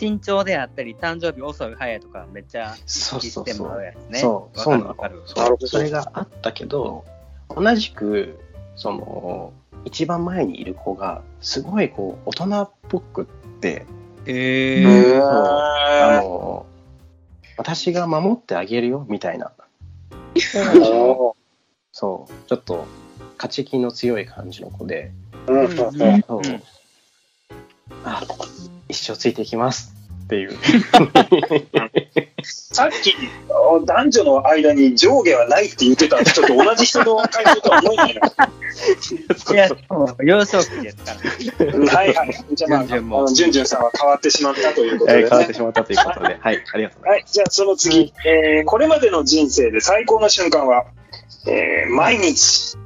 Speaker 1: 身長であったり、誕生日遅い早いとか、めっちゃ
Speaker 3: そう
Speaker 1: シス
Speaker 3: そう
Speaker 1: テム
Speaker 3: そ
Speaker 1: の
Speaker 3: う。
Speaker 1: やつね。
Speaker 3: そう、そうな
Speaker 1: わ
Speaker 3: の
Speaker 1: かるわかる。
Speaker 2: なる
Speaker 3: そ
Speaker 2: ほ
Speaker 3: う
Speaker 2: ど
Speaker 3: それがあったけど、同じく、その、一番前にいる子が、すごいこう、大人っぽくって、
Speaker 1: へ
Speaker 4: うん
Speaker 1: ー。
Speaker 3: あ
Speaker 2: あ
Speaker 3: の、私が守ってあげるよ、みたいな。
Speaker 2: の
Speaker 3: そう、ちょっと、勝ち気の強い感じの子で、
Speaker 2: うんうん
Speaker 3: そう
Speaker 1: うん
Speaker 3: あ、一生ついていきますっていう。
Speaker 2: さっき男女の間に上下はないって言ってた人と同じ人の回答とは思えないな。
Speaker 1: いや、そう幼少期ですから。
Speaker 2: はいはい。じゃあ、まあ、あ
Speaker 1: 順々も
Speaker 2: のジュンジュンさんは変わってしまったということ
Speaker 3: えー
Speaker 2: で、
Speaker 3: 変
Speaker 2: ね。
Speaker 3: わってしまったということで、はい、ありがとうござ
Speaker 2: はいい、じゃあその次、えーこれまでの人生で最高の瞬間は、えー毎日。
Speaker 3: ます。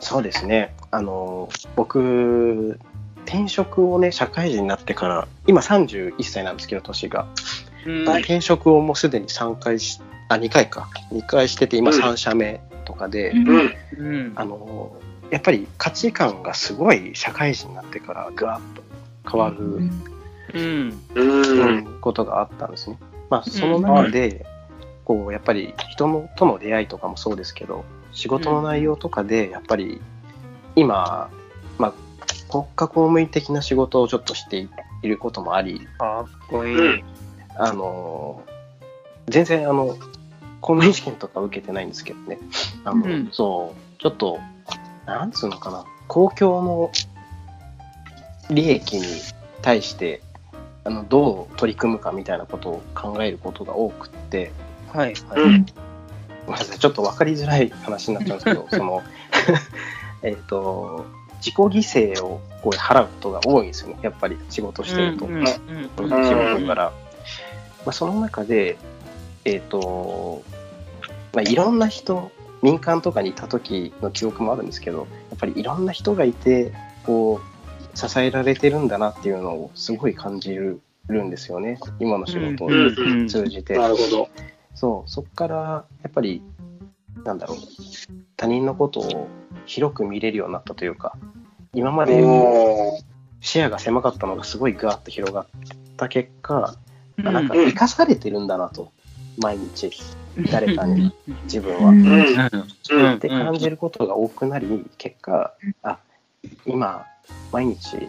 Speaker 3: そうですね、あの、僕、転職をね、社会人になってから、今31歳なんですけど、年が。
Speaker 1: うん
Speaker 2: はい
Speaker 3: 転職をもうすでに3回し、あ、2回か。2回してて、今
Speaker 2: うん
Speaker 3: 3社目とかで、
Speaker 2: うん。
Speaker 1: うん
Speaker 3: あの、やっぱり価値観がすごい社会人になってから、ぐわっと変わる。
Speaker 1: うん。
Speaker 2: うん。
Speaker 3: ことがあったんですね。まあ、その中で、こうやっぱり人のとの出会いとかもそうですけど仕事の内容とかでやっぱり今、まあ、国家公務員的な仕事をちょっとしていることもあり
Speaker 1: かっこいい。
Speaker 2: うん
Speaker 3: あの全然あの公務員試験とか受けてないんですけどねあの、
Speaker 1: うん
Speaker 3: そうちょっとなんつうのかな公共の利益に対してあのどう取り組むかみたいなことを考えることが多くって
Speaker 1: はい。はい
Speaker 2: うん。
Speaker 3: ごめんなさいちょっと分かりづらい話になっちゃうんで すけどその えっと自己犠牲をこう払うことが多いんですよねやっぱり仕事してると。
Speaker 1: うんうん
Speaker 3: 仕
Speaker 1: うん
Speaker 3: 事から、まあ、その中で、えっとまあ、いろんな人民間とかにいた時の記憶もあるんですけどやっぱりいろんな人がいてこう支えられてるんだなっていうのをすごい感じるんですよね今の仕事を
Speaker 2: うん
Speaker 3: 通じて、
Speaker 2: なるほど。
Speaker 3: そうそっからやっぱりなんだろう他人のことを広く見れるようになったというか今まで
Speaker 2: おー
Speaker 3: 視野が狭かったのがすごいガーッと広がった結果、
Speaker 1: うん
Speaker 3: あなんか
Speaker 2: うん
Speaker 3: 生かされてるんだなと、毎日誰かに自分
Speaker 4: う
Speaker 3: は。
Speaker 4: ん
Speaker 2: うん。う
Speaker 3: って感じることが多くなり結果あ今毎日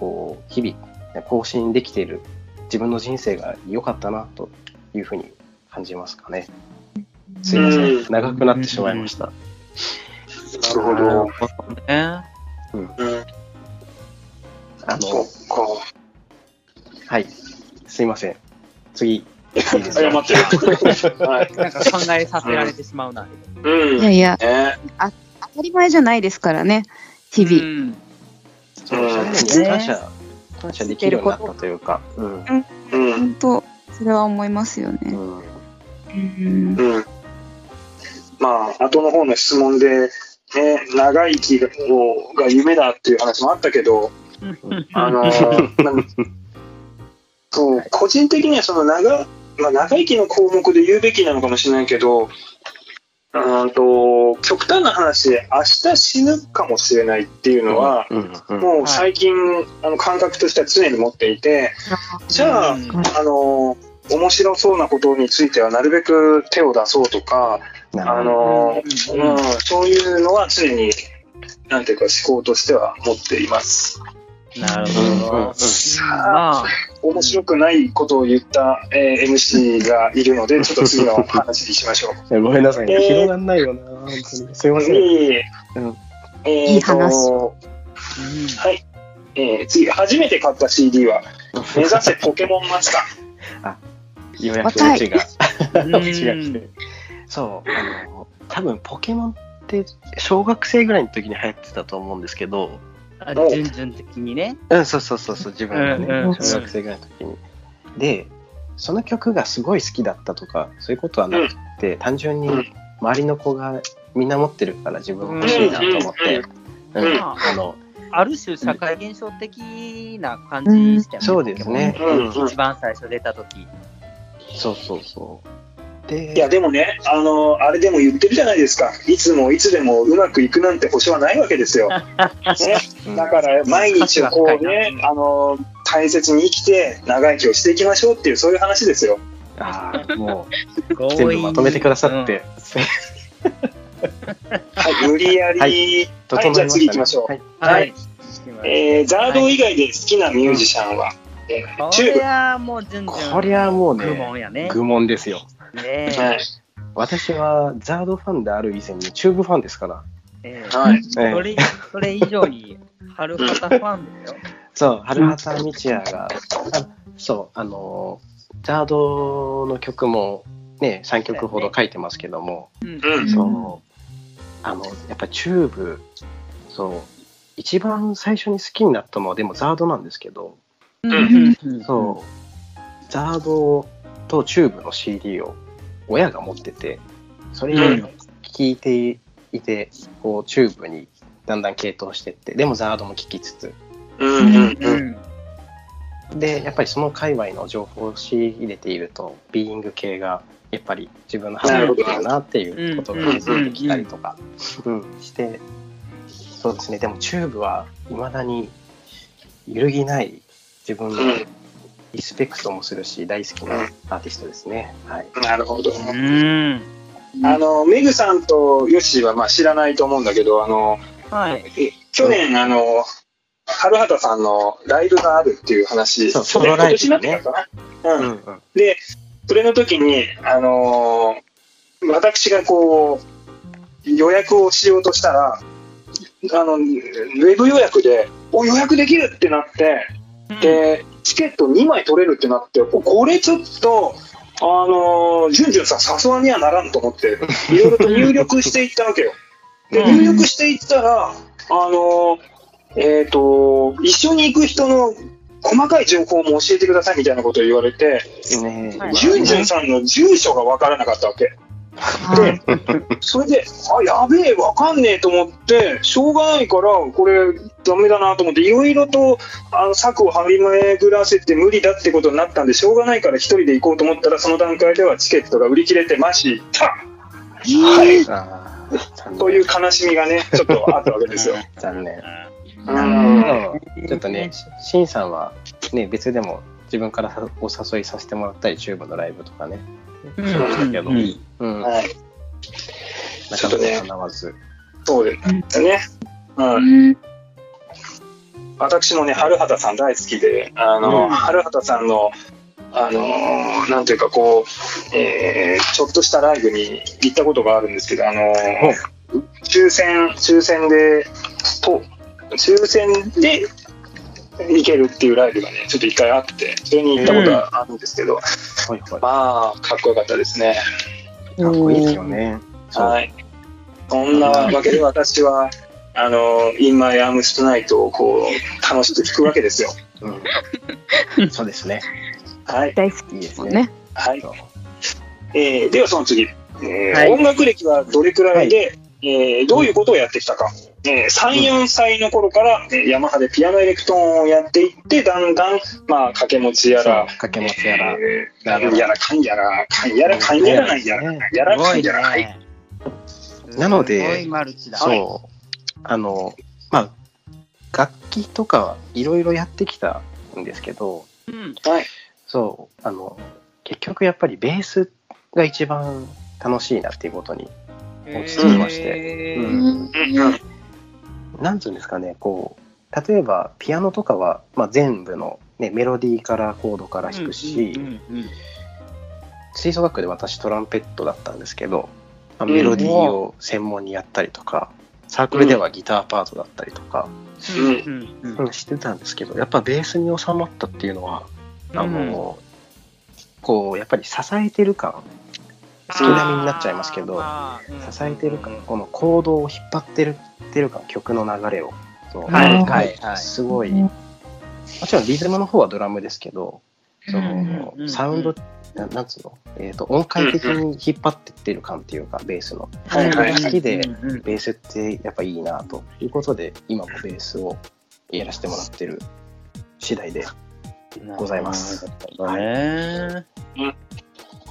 Speaker 3: こう日々更新できている自分の人生が良かったなというふうに感じますかね。すいませ
Speaker 2: うん
Speaker 3: ん長くなってしまいました。
Speaker 2: なるほど。
Speaker 1: ね。
Speaker 2: うん
Speaker 3: あ
Speaker 2: そ
Speaker 3: の
Speaker 2: っ、か。
Speaker 3: はい。すいません。次、いいです
Speaker 2: 謝
Speaker 3: か
Speaker 2: ってる。はい。
Speaker 1: なんか考えさせられてしまうな。
Speaker 2: うん。
Speaker 4: いや
Speaker 2: ね
Speaker 4: いや、
Speaker 2: え。
Speaker 4: 当たり前じゃないですからね、日
Speaker 1: う
Speaker 4: 々。
Speaker 1: ん
Speaker 3: そうですね。感謝、感謝できるようになったというか。うん。
Speaker 2: うん。
Speaker 4: 本当、それは思いますよね。
Speaker 3: うん
Speaker 4: うん
Speaker 2: うん。まあ、後の方の質問で、ね、長生きをが夢だっていう話もあったけど、あのーまあそう、個人的にはその長、まあ、長生きの項目で言うべきなのかもしれないけど、うーんと、極端な話で明日死ぬかもしれないっていうのは、
Speaker 3: うんうん
Speaker 2: もう最近、あの感覚としては常に持っていて、じゃあ、
Speaker 1: うん
Speaker 2: あのー面白そうなことについてはなるべく手を出そうとか、
Speaker 3: なるほど
Speaker 2: あのー
Speaker 1: うん
Speaker 2: うんそういうのは常に、なんていうか思考としては持っています。
Speaker 1: なる
Speaker 3: うん
Speaker 1: ほ
Speaker 3: うんうん
Speaker 1: ど。まあ、
Speaker 2: 面白くないことを言った、えー MC がいるので、ちょっと次の話にしましょう。
Speaker 3: いやごめんなさいね。
Speaker 2: えー
Speaker 3: 広がんないよな、本当に。すいません。
Speaker 2: いい
Speaker 3: うん
Speaker 2: え
Speaker 4: い
Speaker 2: ー
Speaker 4: い話
Speaker 2: とはい。えー次、初めて買った CD は、目指せポケモンマスタ
Speaker 3: ようやくうちが、
Speaker 1: うん
Speaker 3: うちが来て。そう、あの、多分ポケモンって小学生ぐらいの時に流行ってたと思うんですけど、
Speaker 1: あ順々的にね。
Speaker 3: うん、そうそうそうそう、自分がね、
Speaker 1: うんうん
Speaker 3: 小学生ぐらいの時に。で、その曲がすごい好きだったとか、そういうことはなくて、単純に
Speaker 2: うん
Speaker 3: 周りの子がみんな持ってるから自分も欲しいなと思って、
Speaker 2: うんうんうん
Speaker 3: うんあの、
Speaker 1: ある種、社会現象的な感じでしたよね。
Speaker 3: そうですね。
Speaker 2: ー。う
Speaker 1: ポ
Speaker 2: ん
Speaker 1: ケモン。一番最初出た時。
Speaker 3: そうそうそう。で、
Speaker 2: いや、でもね、あのあれでも言ってるじゃないですか。いつもいつでもうまくいくなんて保証はないわけですよ。ね、
Speaker 3: うん
Speaker 2: だから、毎日をこうね
Speaker 1: う、ん
Speaker 2: あの大切に生きて、長生きをしていきましょうっていう、そういう話ですよ。
Speaker 3: あ あ、もう全部まとめてくださって、
Speaker 2: はい、無理やり。
Speaker 3: は
Speaker 2: はい、
Speaker 3: 整いま
Speaker 2: じゃあ次行
Speaker 3: し
Speaker 2: き
Speaker 3: た
Speaker 2: ましょう。
Speaker 3: ね。
Speaker 1: うん。はい。
Speaker 2: えー、ザード以外で好きなミュージシャンは、えー
Speaker 1: こ
Speaker 2: チュー
Speaker 1: れ
Speaker 2: ブ。
Speaker 1: はもう順々。
Speaker 3: こりゃもう
Speaker 1: 愚問
Speaker 3: ね、
Speaker 1: やね。
Speaker 3: 愚問ですよ。
Speaker 1: ね
Speaker 2: はい
Speaker 3: 私はザードファンである以前にチューブファンですから。
Speaker 1: ええ
Speaker 2: はい。
Speaker 3: え
Speaker 1: そ
Speaker 3: え
Speaker 1: れそれ以上に、春方ファンだよ。
Speaker 3: そう、春畑道也が、あそう、あのー、ザードの曲もね、3曲ほど書いてますけども、
Speaker 1: うん
Speaker 2: うん。
Speaker 3: そう、あの、やっぱチューブ、そう、一番最初に好きになったのはでもザードなんですけど、
Speaker 2: うん
Speaker 3: そう、ザードとチューブの CD を親が持ってて、それを聞いていて、こう、チューブにだんだん傾倒してって、でもザードも聞きつつ、
Speaker 2: うんうん
Speaker 1: う
Speaker 2: うん。
Speaker 1: ん。
Speaker 3: で、やっぱりその界隈の情報を仕入れていると、ビーイング系が、やっぱり自分の話をってるなっていうことが気づいてきたりとか、うん、して、そうですね、でもチューブは未だに揺るぎない自分のリスペクトもするし、大好きなアーティストですね。はい。
Speaker 2: なるほど。
Speaker 1: うん。
Speaker 2: あの、メグさんとヨッシーはまあ知らないと思うんだけど、あの、
Speaker 1: はい。
Speaker 2: え去年、あの、春畑さんのライブがあるっていう話、
Speaker 3: そう
Speaker 2: 去年
Speaker 3: ソロラ
Speaker 2: 今
Speaker 3: イブね
Speaker 2: 年になったかな。うん。
Speaker 3: うん。
Speaker 2: で、それの時に、あのー私がこう、予約をしようとしたら、あの、ウェブ予約で、お、予約できるってなって、で、チケット2枚取れるってなって、おこれちょっと、あのー、ジュンジュンさん、さすがにはならんと思って、いろいろと入力していったわけよ。で、
Speaker 1: うん
Speaker 2: 入力していったら、あのー、えっ、と、一緒に行く人の細かい情報も教えてくださいみたいなことを言われて、
Speaker 3: ね
Speaker 1: はい
Speaker 2: ジュンジュンさんの住所が分からなかったわけ。で、それで、あ、やべえ、分かんねえと思って、しょうがないから、これ、ダメだなと思って、いろいろと、あの、策を張り巡らせて無理だってことになったんで、しょうがないから一人で行こうと思ったら、その段階ではチケットが売り切れてました。はい。
Speaker 3: ああ、
Speaker 2: という悲しみがね、ちょっとあったわけですよ。
Speaker 3: 残念。
Speaker 2: う。
Speaker 3: うんんちょっとね、しんさんは、ね、別でも自分からさお誘いさせてもらったり、チューブのライブとかね、
Speaker 1: う
Speaker 3: しましたけど、
Speaker 1: ん
Speaker 3: うん、な
Speaker 2: はい。ちょ
Speaker 3: か
Speaker 2: っと
Speaker 3: な
Speaker 2: ね
Speaker 3: か叶わず。
Speaker 2: そうですね。うん。私もね、春畑さん大好きで、あの、
Speaker 1: うん
Speaker 2: 春畑さんの、あのーなんていうかこう、えーちょっとしたライブに行ったことがあるんですけど、あのー抽選、抽選で、と、抽選で、行けるっていうライブがね、ちょっと一回あって、それに行ったことがあるんですけど、
Speaker 3: はいはい。か
Speaker 2: まあ、かっこよかったですね。
Speaker 3: っこいいですよね。そう
Speaker 2: はい。そんなわけで私は、あの、インマイアームストナイトをこう、楽しく聞くわけですよ。
Speaker 3: うん、そうですね。
Speaker 2: はい。
Speaker 4: 大好
Speaker 3: いい
Speaker 4: き
Speaker 3: で
Speaker 4: ですすもん
Speaker 3: ね。
Speaker 4: ね。
Speaker 2: はい。
Speaker 3: そう
Speaker 2: えーではその次、えー
Speaker 1: はい
Speaker 2: 音楽歴はどれくらいで、えーどういうことをやってきたか、えー3、4歳の頃から、えーヤマハでピアノエレクトーンをやっていって、だんだん、まあ、掛け持ちやら、
Speaker 3: 掛け持ちやら。
Speaker 2: えーなんやらかんやら、かんやらかんやらなんやら、やら
Speaker 1: す
Speaker 2: か
Speaker 1: ご
Speaker 2: ん
Speaker 1: い
Speaker 2: やら、はい、
Speaker 1: ね。
Speaker 3: なので
Speaker 1: ご
Speaker 3: す
Speaker 1: いマルチだ。はい
Speaker 3: そう。あの、まあ、楽器とかいろいろやってきたんですけど、
Speaker 1: うん
Speaker 3: そう、あの、結局やっぱりベースが一番楽しいなっていうことに、落ち着きまして
Speaker 1: へ
Speaker 3: う
Speaker 1: ー
Speaker 3: ん
Speaker 2: うんうん
Speaker 3: なんつうんですかね、こう、例えばピアノとかは、まあ、全部の、ね、メロディーからコードから弾くし、
Speaker 1: うんうんうん
Speaker 3: 吹奏楽で私トランペットだったんですけど、まあメロディーを専門にやったりとか、サークルではギターパートだったりとか、
Speaker 1: うんうんうん
Speaker 3: うんしてたんですけどやっぱベースに収まったっていうのは、あ
Speaker 1: うん
Speaker 3: のこうやっぱり支えてる感月並みになっちゃいますけど
Speaker 1: あーまあ
Speaker 3: 支えてる
Speaker 1: うん
Speaker 3: 感この行動を引っ張ってるってる感曲の流れをそう
Speaker 1: はいはいはい
Speaker 3: すごい
Speaker 4: うん
Speaker 3: もちろんリズムの方はドラムですけどその
Speaker 1: うん
Speaker 3: サウンドななんつうの、えー、と音階的に引っ張ってってる感っていうかベースの
Speaker 2: はいはい
Speaker 3: 好きで
Speaker 1: うんうん
Speaker 3: ベースってやっぱいいなということで今もベースをやらせてもらってる次第でございます。
Speaker 1: ね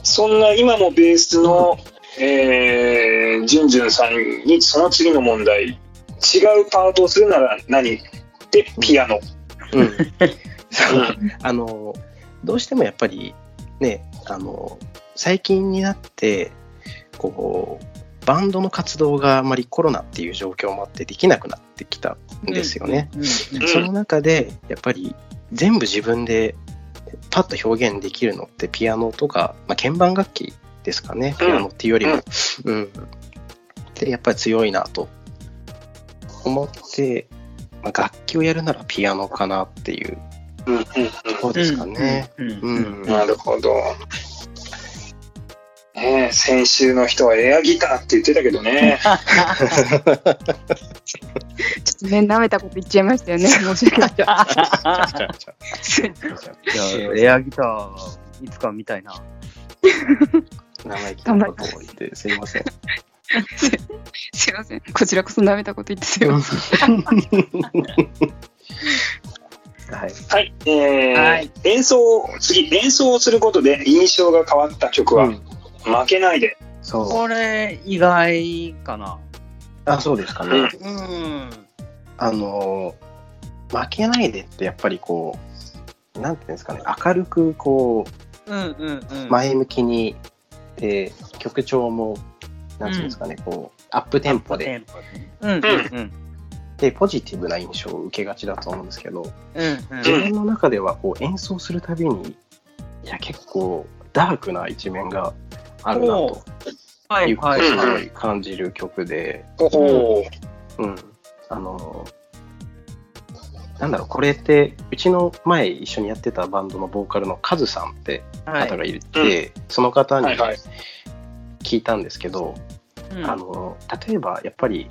Speaker 2: そんな今もベースの、えー、ジュンジュンさんにその次の問題、違うパートをするなら何で、ピアノ。
Speaker 3: うん あのどうしてもやっぱりねあの最近になってこうバンドの活動があまりコロナっていう状況もあってできなくなってきたんですよね。
Speaker 1: うんうん
Speaker 3: その中でやっぱり全部自分でパッと表現できるのってピアノとか、まあ、鍵盤楽器ですかね
Speaker 2: うん
Speaker 3: ピアノっていうよりも。うん、でやっぱり強いなと思って、まあ、楽器をやるならピアノかなっていう
Speaker 2: うんうん
Speaker 3: ところですかね。
Speaker 1: うんうん
Speaker 3: う
Speaker 1: うん
Speaker 3: ん
Speaker 2: うん、なるほど。ねえ、先週の人はエアギターって言ってたけどね。
Speaker 4: ちょっとね、舐めたこと言っちゃいましたよね。申し訳な
Speaker 1: い
Speaker 4: い。
Speaker 1: やエアギターいつか見たいな。
Speaker 3: 生意気なことを言ってすいません。
Speaker 4: すいません。こちらこそ舐めたこと言ってすいません。
Speaker 3: はい。
Speaker 2: はい。えー
Speaker 1: はい
Speaker 2: 演奏を、次、演奏をすることで印象が変わった曲は、
Speaker 3: うん
Speaker 2: 負けないで。
Speaker 3: そう。
Speaker 1: これ意外かな。
Speaker 3: あ、そうですか
Speaker 2: うん。
Speaker 3: ね
Speaker 1: うん。
Speaker 3: あのー、負けないでってやっぱりこう、なんていうんですかね、明るくこ
Speaker 1: うんうんう。
Speaker 3: うん前向きに、えー曲調も、なんていうんですかね、こう、アップテンポで、
Speaker 1: テンポで。うんうん
Speaker 3: で、ポジティブな印象を受けがちだと思うんですけど、
Speaker 1: うんうん
Speaker 3: 自分の中ではこう演奏するたびに、いや、結構ダークな一面があるな
Speaker 1: お
Speaker 3: と
Speaker 1: ーは
Speaker 3: いう
Speaker 1: い
Speaker 3: ことを
Speaker 1: は
Speaker 3: す
Speaker 1: い
Speaker 2: ん
Speaker 1: は
Speaker 3: ご
Speaker 1: い。
Speaker 3: い感じる曲で、
Speaker 2: おお。
Speaker 3: うん、あの、なんだろう、これって、うちの前一緒にやってたバンドのボーカルのカズさんって方がいて、
Speaker 2: は
Speaker 3: その方に
Speaker 2: はいはい
Speaker 3: 聞いたんですけど、あの例えばやっぱり、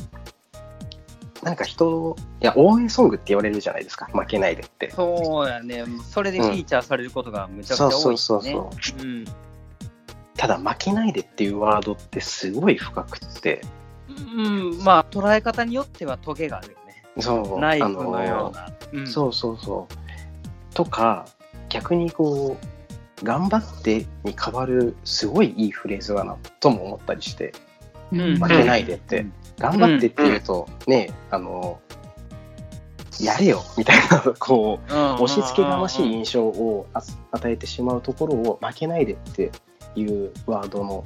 Speaker 3: なんか人を、いや、応援ソングって言われるじゃないですか、負けないでって。
Speaker 1: そうやね。それでフィーチャーされることがむちゃくちゃ
Speaker 3: そう
Speaker 1: 多
Speaker 3: そ
Speaker 1: いう
Speaker 3: そう
Speaker 1: ね。
Speaker 3: そ
Speaker 1: う
Speaker 3: う。
Speaker 1: ん。
Speaker 3: ただ、負けないでっていうワードってすごい深くって、
Speaker 1: うん。まあ捉え方によってはトゲがあるよね。
Speaker 3: そう、
Speaker 1: ナイフ
Speaker 3: あの
Speaker 1: のような。うん
Speaker 3: そうそうそう。とか、逆にこう、頑張ってに変わる、すごいいいフレーズだなとも思ったりして、
Speaker 1: うん
Speaker 3: 負けないでって、
Speaker 1: うん
Speaker 3: 頑張ってって言うと、ね、あの、やれよみたいな、こう、
Speaker 1: 押
Speaker 3: 押し付けがましい印象をあ与えてしまうところを、負けないでっていうワードの、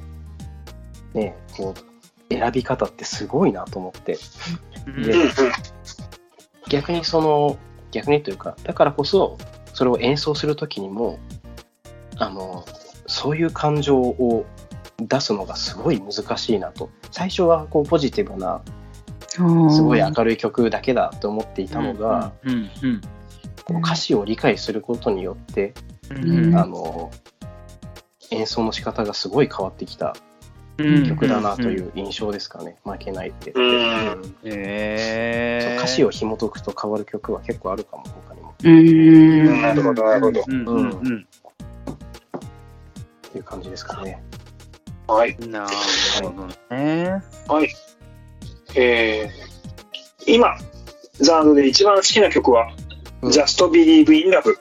Speaker 3: ね、こう、選び方ってすごいなと思って。
Speaker 1: うん
Speaker 2: うんうん
Speaker 3: 逆にその逆にというかだからこそそれを演奏する時にもあのそういう感情を出すのがすごい難しいなと最初はこうポジティブなすごい明るい曲だけだと思っていたのが、
Speaker 1: うんうん
Speaker 3: こう歌詞を理解することによって、
Speaker 4: うん
Speaker 3: あの演奏の仕方がすごい変わってきた
Speaker 1: うん
Speaker 3: 曲だなという印象ですかね、負けないって。
Speaker 2: うん
Speaker 3: うん
Speaker 1: へ
Speaker 3: そう
Speaker 1: え
Speaker 3: 歌詞を紐解くと変わる曲は結構あるかも、他にも。
Speaker 4: うーん。
Speaker 2: なるほど、なるほど。
Speaker 1: うんうんうん
Speaker 3: っていう感じですかね。
Speaker 2: はい。
Speaker 1: うんなるほどね
Speaker 2: はい。えー、今、ザードで一番好きな曲は、
Speaker 3: うん
Speaker 2: Just Believe in Love。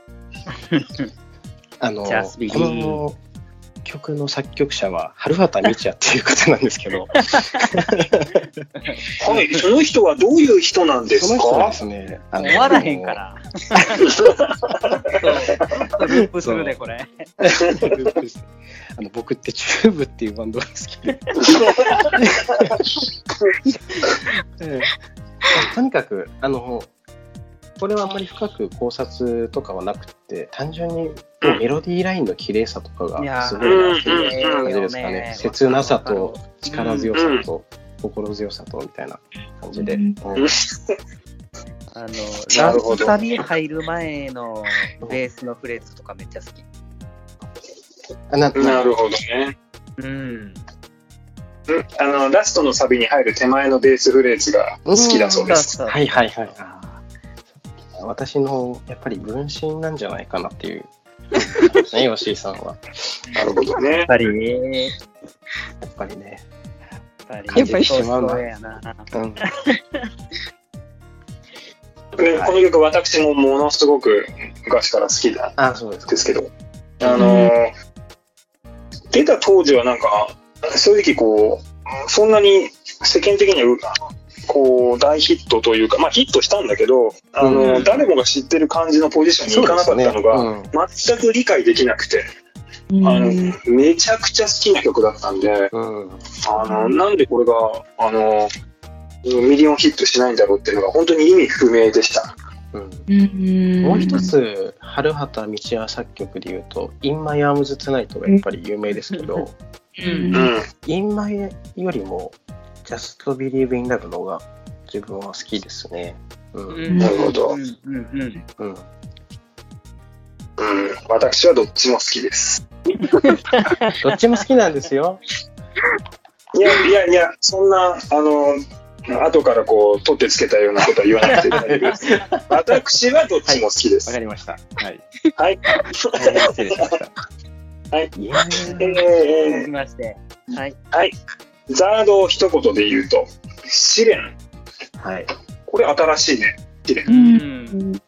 Speaker 3: あの、こ
Speaker 1: Just Believe
Speaker 3: の曲の作曲者は、春畑美智也っていう方なんですけど、
Speaker 2: はい。その人はどういう人なんで
Speaker 3: そ
Speaker 2: す
Speaker 3: の人は
Speaker 2: か
Speaker 3: ですね、あの
Speaker 1: 終わらへんか。ら そうループするでこれ
Speaker 3: あの僕ってチューブっていうバンドが好きで、ええ とにかくあのこれはあんまり深く考察とかはなくて単純にメロディーラインの綺麗さとか
Speaker 1: い
Speaker 3: が
Speaker 1: や
Speaker 3: す
Speaker 1: ー
Speaker 3: ごいなって
Speaker 2: うんうん
Speaker 3: いう
Speaker 2: うん
Speaker 3: 感じですかね切なさと力強さと心強さとみたいな感じで、
Speaker 4: うん
Speaker 3: うん
Speaker 1: あの
Speaker 2: な
Speaker 1: ラ
Speaker 2: るほ
Speaker 1: ス
Speaker 2: ど
Speaker 1: サビ入る前のベースのフレーズとかめっちゃ好き
Speaker 3: あな
Speaker 2: なるほどね。
Speaker 1: うん
Speaker 2: うんあの、ラストのサビに入る手前のベースフレーズが好きだそうです。
Speaker 1: そうそう
Speaker 3: はいはいはいあー私のやっぱり分身なんじゃないかなって いうね吉井さんは
Speaker 2: なるほどね。
Speaker 1: やっぱりね
Speaker 3: やっぱりね、
Speaker 1: やっ
Speaker 4: やっぱり
Speaker 1: そうそうやな
Speaker 3: うん、
Speaker 2: ねこの曲、私もものすごく昔から好きなん
Speaker 3: あそうです
Speaker 2: ですけど、あのー出た当時はなんか、正直こう、そんなに世間的にはう、こう、大ヒットというか、まあヒットしたんだけど、あのー
Speaker 1: うん
Speaker 2: 誰もが知ってる感じのポジションに行かなかったのが、
Speaker 3: そうですね
Speaker 2: 全く理解できなくて、
Speaker 4: うん
Speaker 2: あの、めちゃくちゃ好きな曲だったんで、
Speaker 3: うんうん
Speaker 2: あの、なんでこれが、あの、ミリオンヒットしないんだろうっていうのが本当に意味不明でした。
Speaker 3: うん
Speaker 4: うん
Speaker 3: もう一つ春畑道也作曲でいうと「In My Arms Tonight」がやっぱり有名ですけど
Speaker 4: う。
Speaker 2: うんん。
Speaker 3: 「In My」よりも「Just Believe in Love」の方が自分は好きですね。うん
Speaker 4: なる
Speaker 2: ほど
Speaker 1: うんうんうん
Speaker 3: うん、
Speaker 2: うん。私はどっちも好きです。
Speaker 3: どっちも好きなんですよ。
Speaker 2: いやいやいや、そんな、あの、後からこう、取ってつけたようなことは言わなくて大丈夫です。私はどっちも好きで
Speaker 5: わ
Speaker 2: す。
Speaker 5: かりました。はい。
Speaker 2: はい。
Speaker 5: はい失礼しました。
Speaker 3: いや
Speaker 2: えー
Speaker 3: ー
Speaker 1: 続
Speaker 2: え
Speaker 1: きましてはい
Speaker 2: ーはい。ザードを一言で言うと、試練。
Speaker 3: はい
Speaker 2: これ新しいね。試練。。
Speaker 1: うん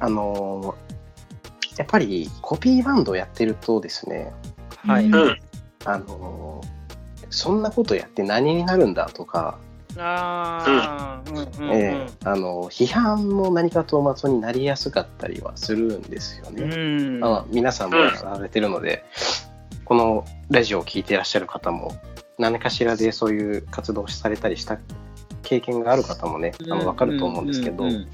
Speaker 3: あのーやっぱりコピーバンドをやってるとですね、
Speaker 1: はいう
Speaker 4: うん
Speaker 3: あのーそんなことやって何になるんだとか、
Speaker 1: ああうんうん
Speaker 3: ええあの批判も何かと的になりやすかったりはするんですよ
Speaker 1: う
Speaker 3: ね。
Speaker 1: ん
Speaker 3: あの皆さんも
Speaker 2: うん
Speaker 3: されてるので、このラジオを聞いてらっしゃる方も何かしらでそういう活動をされたりした経験がある方もねあの分かると思うんですけど、
Speaker 1: う
Speaker 3: うんん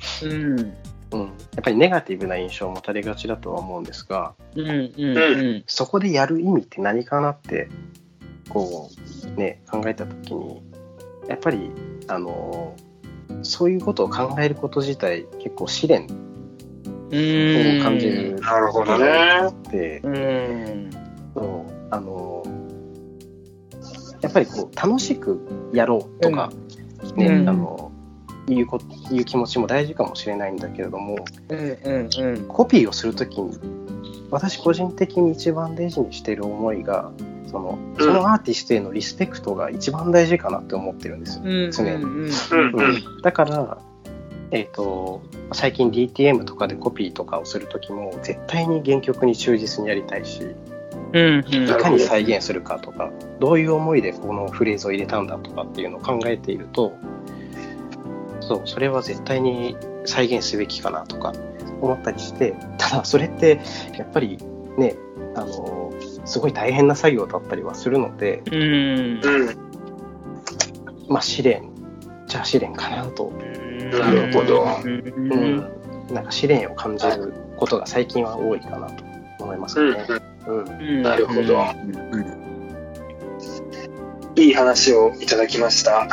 Speaker 1: うん
Speaker 3: やっぱりネガティブな印象を持たれがちだとは思うんですが
Speaker 1: うんうんうん
Speaker 3: そこでやる意味って何かなってこうね考えた時にやっぱりあのそういうことを考えること自体結構試練
Speaker 1: うん
Speaker 3: を感じる
Speaker 2: なるほどね。
Speaker 3: で、
Speaker 1: うん
Speaker 3: そうあのやっぱりこう楽しくやろうとか、ね
Speaker 1: うん
Speaker 3: あのいうこいう気持ちも大事かもしれないんだけれども
Speaker 1: うんうんうん
Speaker 3: コピーをするときに私個人的に一番大事にしている思いがそのそのアーティストへのリスペクトが一番大事かなって思ってるんですよ。
Speaker 1: うん
Speaker 3: 常に
Speaker 1: うん
Speaker 2: うんうん。
Speaker 3: だから、えー、と最近 DTM とかでコピーとかをするときも絶対に原曲に忠実にやりたいし、
Speaker 1: うんうん
Speaker 3: いかに再現するかとかどういう思いでこのフレーズを入れたんだとかっていうのを考えているとそうそれは絶対に再現すべきかなとか思ったりしてただそれってやっぱりねあのすごい大変な作業だったりはするので、
Speaker 1: うん
Speaker 2: うん。
Speaker 3: まあ、試練じゃあ試練かなと、
Speaker 2: なるほど
Speaker 1: うん
Speaker 3: う、なんか試練を感じることが最近は多いかなと思います
Speaker 2: うん
Speaker 3: ね。うん
Speaker 1: うん
Speaker 2: なるほど
Speaker 1: うん
Speaker 2: いい話をいただきました。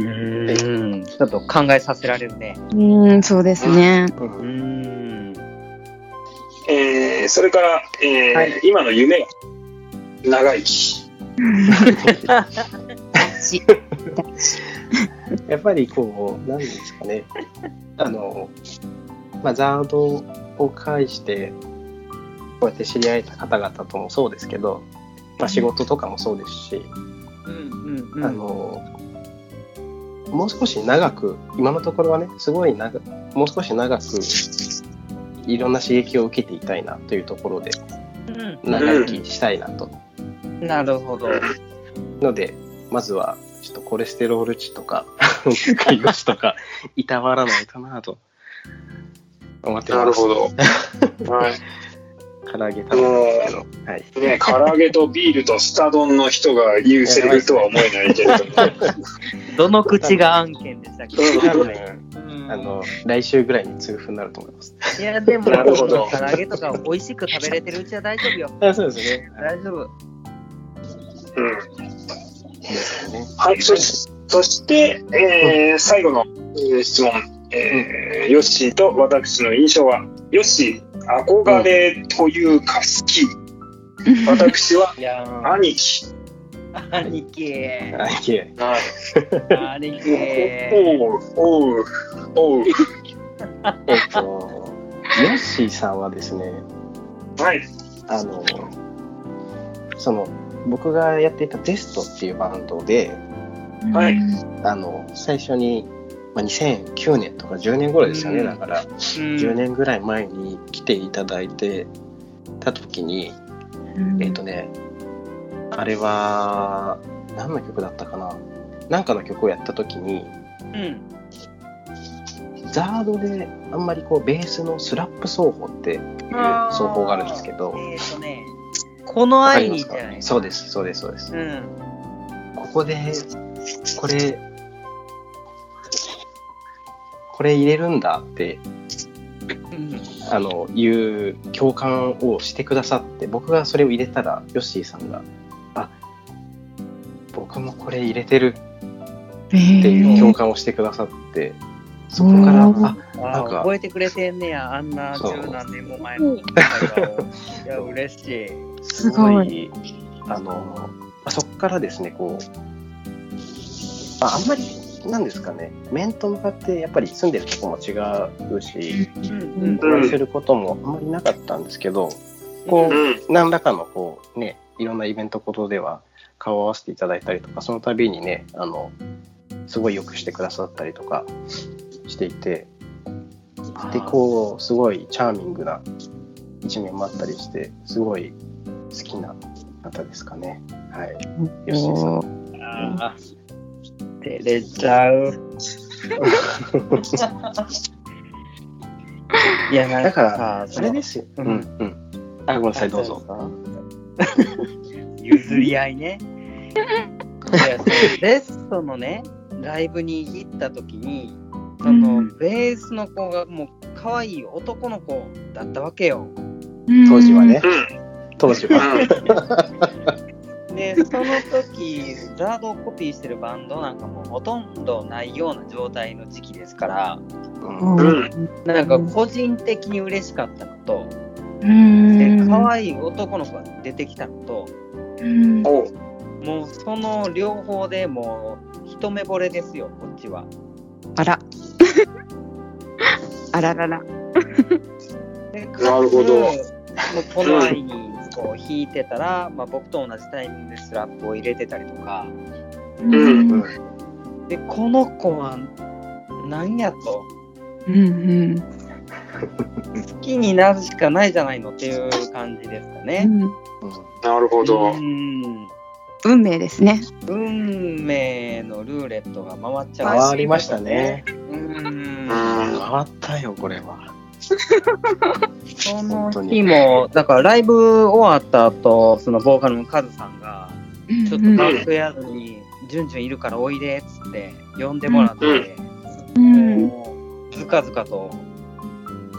Speaker 1: うんちょっと考えさせられるね。
Speaker 4: うん、そうですね。
Speaker 1: うーん。
Speaker 2: えーそれから、えー
Speaker 1: はい
Speaker 2: 今の夢が長生き。
Speaker 4: し
Speaker 3: やっぱりこう、なんですかね、あの、まあ、ザードを介して、こうやって知り合えた方々ともそうですけど、まあ、仕事とかもそうですし、
Speaker 1: うんうんうん。
Speaker 3: あの、もう少し長く、今のところはね、すごい長、もう少し長く、いろんな刺激を受けていたいなというところで、
Speaker 1: うん
Speaker 3: 長生きしたいなと。
Speaker 1: なるほど。
Speaker 3: ので、まずは、ちょっとコレステロール値とか、 介護士とか、いたわらないかなと思ってます。
Speaker 2: ど。はい。
Speaker 3: 唐揚げ食べたんですけど。はい。
Speaker 2: ね、唐揚げとビールとスタ丼の人が言うセリフとは思えないけれども。
Speaker 1: どの口が案件でしたっけ
Speaker 3: 多分、
Speaker 1: うん
Speaker 3: あの、来週ぐらいに痛風になると思います。
Speaker 1: いや、でも、
Speaker 2: なるほど
Speaker 1: 唐揚げとか美味しく食べれてるうちは大丈夫よ。
Speaker 3: あそうですね。
Speaker 1: 大丈夫。
Speaker 2: うん
Speaker 3: ですね。
Speaker 2: はい、そしそして、えー最後の、えー質問、えーヨッシーと私の印象は、ヨッシー、憧れというか好き、私はい
Speaker 3: やー
Speaker 2: 兄 貴。
Speaker 1: 兄貴。
Speaker 3: はいいえ
Speaker 2: はい、
Speaker 1: 兄貴。
Speaker 2: おう、おう、おう。
Speaker 3: えっと、ヨッシーさんはですね、
Speaker 2: はい、
Speaker 3: あの、その、僕がやっていたテストっていうバンドで、
Speaker 2: はい
Speaker 3: あの、最初に、まあ、2009年とか10年頃ですよね、
Speaker 1: うん
Speaker 3: だから、10
Speaker 1: う
Speaker 3: 年ぐらい前に来ていただいてた時に、
Speaker 4: うん
Speaker 3: えっ、とね、あれは、何の曲だったかななんかの曲をやった時に、
Speaker 1: ん。
Speaker 3: ザードであんまりこうベースのスラップ奏法っていう奏法があるんですけど、
Speaker 1: えっとね、この
Speaker 3: わか
Speaker 1: 愛
Speaker 3: りま
Speaker 1: にじ
Speaker 3: す
Speaker 1: ゃな
Speaker 3: か
Speaker 1: い
Speaker 3: そうです、そうです、そうです。
Speaker 1: うん。
Speaker 3: ここで、これ、これ入れるんだって、
Speaker 1: うん。
Speaker 3: あの、いう共感をしてくださって、僕がそれを入れたら、ヨッシーさんが、あ、僕もこれ入れてるっていう共感をしてくださって、そこから、
Speaker 4: うん
Speaker 3: あ、
Speaker 1: あ
Speaker 3: なん
Speaker 1: ー
Speaker 3: か
Speaker 1: 覚えてくれてんねや、あんな
Speaker 3: そう
Speaker 1: 十何年も前の会話を。いや、嬉しい。
Speaker 3: すごい、あの、まあそこからですね、こう、まあ、あんまり、なんですかね、面と向かってやっぱり住んでるとこも違うし、
Speaker 1: うん
Speaker 4: うん
Speaker 3: お会いすることもあんまりなかったんですけど、こ
Speaker 2: うん、
Speaker 3: う、何らかのこう、ね、いろんなイベントことでは顔を合わせていただいたりとか、その度にね、あの、すごいよくしてくださったりとかしていて、で、こう、すごいチャーミングな一面もあったりして、すごい好きな方ですかね。はい。吉井さん
Speaker 4: お
Speaker 1: あー照れちゃう。いや、なん
Speaker 3: だ
Speaker 1: か
Speaker 3: か
Speaker 1: さ
Speaker 3: ら、、
Speaker 1: そ
Speaker 3: そ
Speaker 1: の
Speaker 3: れですよ。
Speaker 1: う
Speaker 3: うんん、うん。あ、ごめんなさい、どうぞ。
Speaker 1: 譲り合いね。いやそうレッソのね、ライブに行った時に、その、
Speaker 4: うん
Speaker 1: ベースの子がもう可愛い男の子だったわけよ。
Speaker 3: 当時はね。当時は。
Speaker 2: う
Speaker 1: で、その時、ザードをコピーしてるバンドなんかもほとんどないような状態の時期ですから、
Speaker 3: うん
Speaker 4: うん
Speaker 2: うん
Speaker 4: うん
Speaker 1: なんか個人的に嬉しかったのと、
Speaker 4: う
Speaker 1: で
Speaker 4: ん
Speaker 1: 可愛い男の子が出てきたのと、
Speaker 4: うん
Speaker 2: ん、おう、
Speaker 1: もうその両方でもう一目惚れですよ、こっちは。
Speaker 4: あらあららら
Speaker 1: で
Speaker 2: なるほど
Speaker 1: かつもうこの愛にこう弾いてたら、まあ、僕と同じタイミングでスラップを入れてたりとか
Speaker 4: うんうん
Speaker 1: でこの子は何やと
Speaker 4: うん
Speaker 1: 好きになるしかないじゃないのっていう感じですか
Speaker 4: う
Speaker 1: ね。
Speaker 4: ん
Speaker 2: なるほど。
Speaker 1: うん
Speaker 4: 運命ですね
Speaker 1: 運命のルーレットが回っちゃう
Speaker 3: 回りましたね。
Speaker 1: うん
Speaker 2: うん
Speaker 3: 回ったよ、これは。
Speaker 1: その
Speaker 3: 本当
Speaker 1: 日
Speaker 3: に。
Speaker 1: もだからライブ終わった後そのボーカルのカズさんがちょっと
Speaker 4: うん
Speaker 1: バックヤードに「じゅんじゅんいるからおいで」っつって呼んでもらって、
Speaker 4: うん
Speaker 1: もうずかずかとこ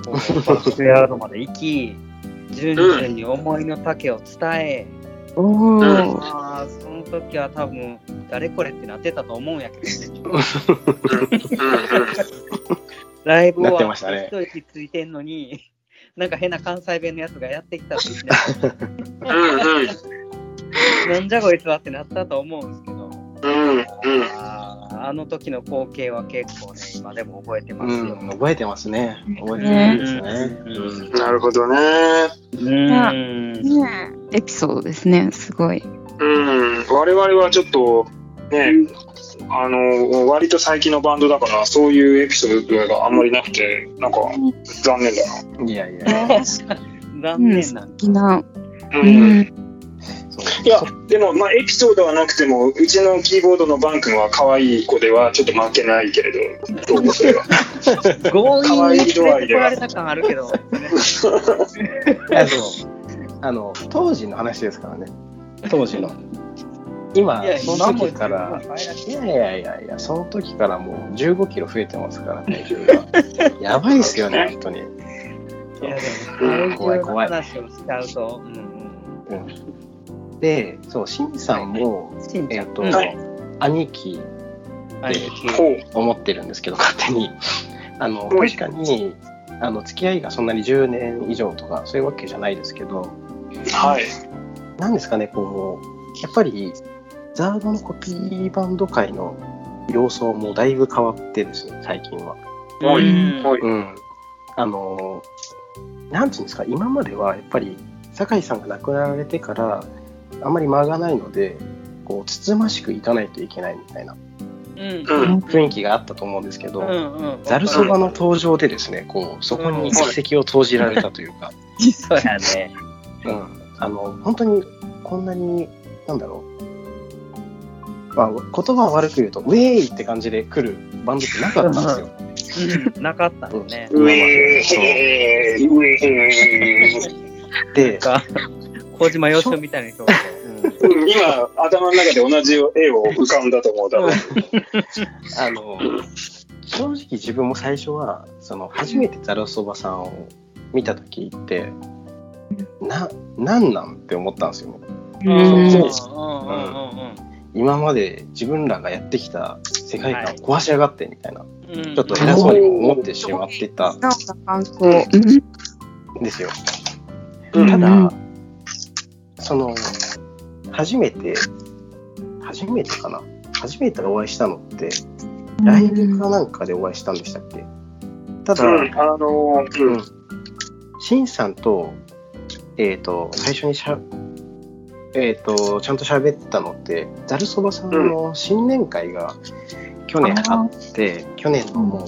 Speaker 1: うバックヤードまで行きじゅんじゅんに思いの丈を伝え、
Speaker 4: おお
Speaker 1: ああその時は多分誰これってなってたと思うんやけどねライブ
Speaker 3: なって
Speaker 1: は
Speaker 3: ましたね
Speaker 1: 一息ついてんのになんか変な関西弁のやつがやってきたって言ってなんじゃこいつはってなったと思うんですけど、あーあの時の光景は結構ね、今でも覚えてます
Speaker 3: う
Speaker 1: よ。
Speaker 3: ん、覚えてますね。覚えてるんですね。
Speaker 1: うん
Speaker 3: うん
Speaker 2: なるほどね。
Speaker 1: うん
Speaker 4: ねえエピソードですね、すごい。
Speaker 2: うん、我々はちょっとね、あの割と最近のバンドだからそういうエピソードがあんまりなくてなんか残念だ
Speaker 3: いやいや。
Speaker 1: 残念なん
Speaker 4: きな。
Speaker 2: な。
Speaker 4: う
Speaker 2: うん
Speaker 4: ん。
Speaker 3: そう
Speaker 2: いやでも、まあ、エピソードはなくてもうちのキーボードのバン君は可愛い子ではちょっと負けないけれどどうもそれは
Speaker 1: 強
Speaker 2: 可
Speaker 1: 引
Speaker 2: 愛
Speaker 1: に
Speaker 2: い度
Speaker 1: 連
Speaker 2: 合
Speaker 1: れて
Speaker 2: いで
Speaker 1: こ
Speaker 2: は
Speaker 1: られた感あるけど、
Speaker 3: あそうあの、当時の話ですからね。当時の。今、その時から、いやいやいやいや、その時からもう15キロ増えてますから、体重が。やばいっすよね、本当に。
Speaker 1: いや
Speaker 2: うん
Speaker 1: でも
Speaker 3: 怖い怖い
Speaker 1: 話をしちゃうと、うん
Speaker 3: うんで、そう、しんさんも、
Speaker 1: うん、しんち
Speaker 3: え
Speaker 1: ゃ
Speaker 3: っ
Speaker 1: ん、
Speaker 3: と、
Speaker 2: はい
Speaker 3: 兄貴
Speaker 1: 兄貴
Speaker 2: ほう
Speaker 3: 思ってるんですけど、勝手に。あの、
Speaker 2: おい
Speaker 3: 確かに、あの、付き合いがそんなに10年以上とか、そういうわけじゃないですけど、
Speaker 2: はい
Speaker 3: なんですかね、こう、やっぱり、ザードのコピーバンド界の様相もだいぶ変わってですね、最近は。
Speaker 2: は
Speaker 1: うん
Speaker 2: いはい
Speaker 3: うん。あの、なんていうんですか、今まではやっぱり、酒井さんが亡くなられてから、あんまり間がないので、こう、つつましくいかないといけないみたいな
Speaker 1: うん
Speaker 2: うん
Speaker 3: 雰囲気があったと思うんですけど、
Speaker 1: うんうん
Speaker 3: ざるそばの登場でですね、こう、そこに一石を投じられたというか、
Speaker 1: そうやね。
Speaker 3: うん、あの本当にこんなになんだろう、まあ、言葉を悪く言うとウェーイって感じで来るバンドってなかったんですよ。
Speaker 1: うんなかったのね。
Speaker 3: うん
Speaker 2: ウェーヘーウェーヘー
Speaker 3: で、
Speaker 1: か小島よしおみたいな人が
Speaker 3: うん
Speaker 2: うん今頭の中で同じ絵を浮かんだと思う多分
Speaker 3: あの正直自分も最初はその初めてザルそばさんを見た時ってななんなんって思ったんですよね。
Speaker 4: うん
Speaker 3: そう
Speaker 1: ち
Speaker 3: 今まで自分らがやってきた世界観を壊しやがってみたいな、ち
Speaker 1: ょ
Speaker 3: ょっと偉そうにも思ってしまってたん
Speaker 4: なおか観光。うん
Speaker 3: ですよ。
Speaker 2: うん
Speaker 3: た
Speaker 4: う
Speaker 3: だ
Speaker 4: ん、
Speaker 3: その、初めて、初めてかな初めてお会いしたのって、ライブかなんかでお会いしたんでしたっけただ、
Speaker 2: うんあのーうん
Speaker 3: シンさんと、えっ、と、最初にしゃ、えっ、と、ちゃんと喋ったのって、ざるそばさんの新年会が去年あって、去年のもう、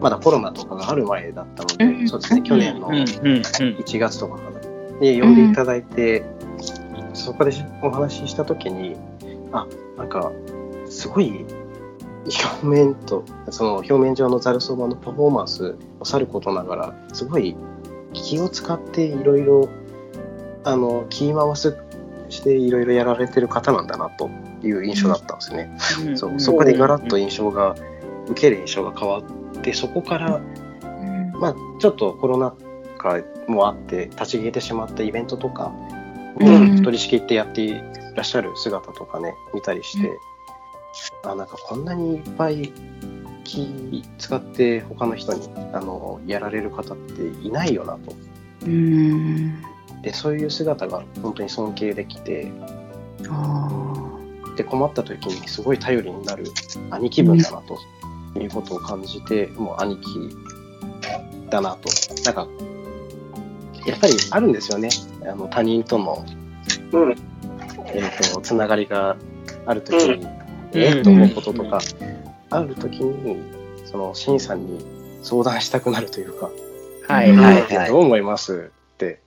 Speaker 3: まだコロナとかがある前だったので、
Speaker 4: うん
Speaker 3: そうですね、去年の
Speaker 1: うんうんうん
Speaker 3: 1月とかかな。で、呼んでいただいて、そこでお話ししたときに、あ、なんか、すごい、表面と、その表面上のざるそばのパフォーマンスをさることながら、すごい気を使っていろいろ、あの、気回すしていろいろやられてる方なんだなという印象だったんですね。
Speaker 1: うん
Speaker 3: そううんそこでガラッと印象が、受ける印象が変わって、そこから、まあ、ちょっとコロナ禍もあって、立ち消えてしまったイベントとか、
Speaker 4: うん
Speaker 3: 取り仕切ってやっていらっしゃる姿とかね、見たりして、あ、なんかこんなにいっぱい気使って、他の人にあのやられる方っていないよなと。
Speaker 4: うん。
Speaker 3: で、そういう姿が本当に尊敬できて、
Speaker 4: あ
Speaker 3: で困った時にすごい頼りになる兄貴分だなということを感じて、もう兄貴だなとなんかやっぱりあるんですよねあの他人との、
Speaker 2: うん
Speaker 3: えー、とつながりがある時に、
Speaker 2: う
Speaker 3: えーと思うこととか、ある時にそのシンさんに相談したくなるというか、
Speaker 1: はいはいはい
Speaker 3: どう思いますって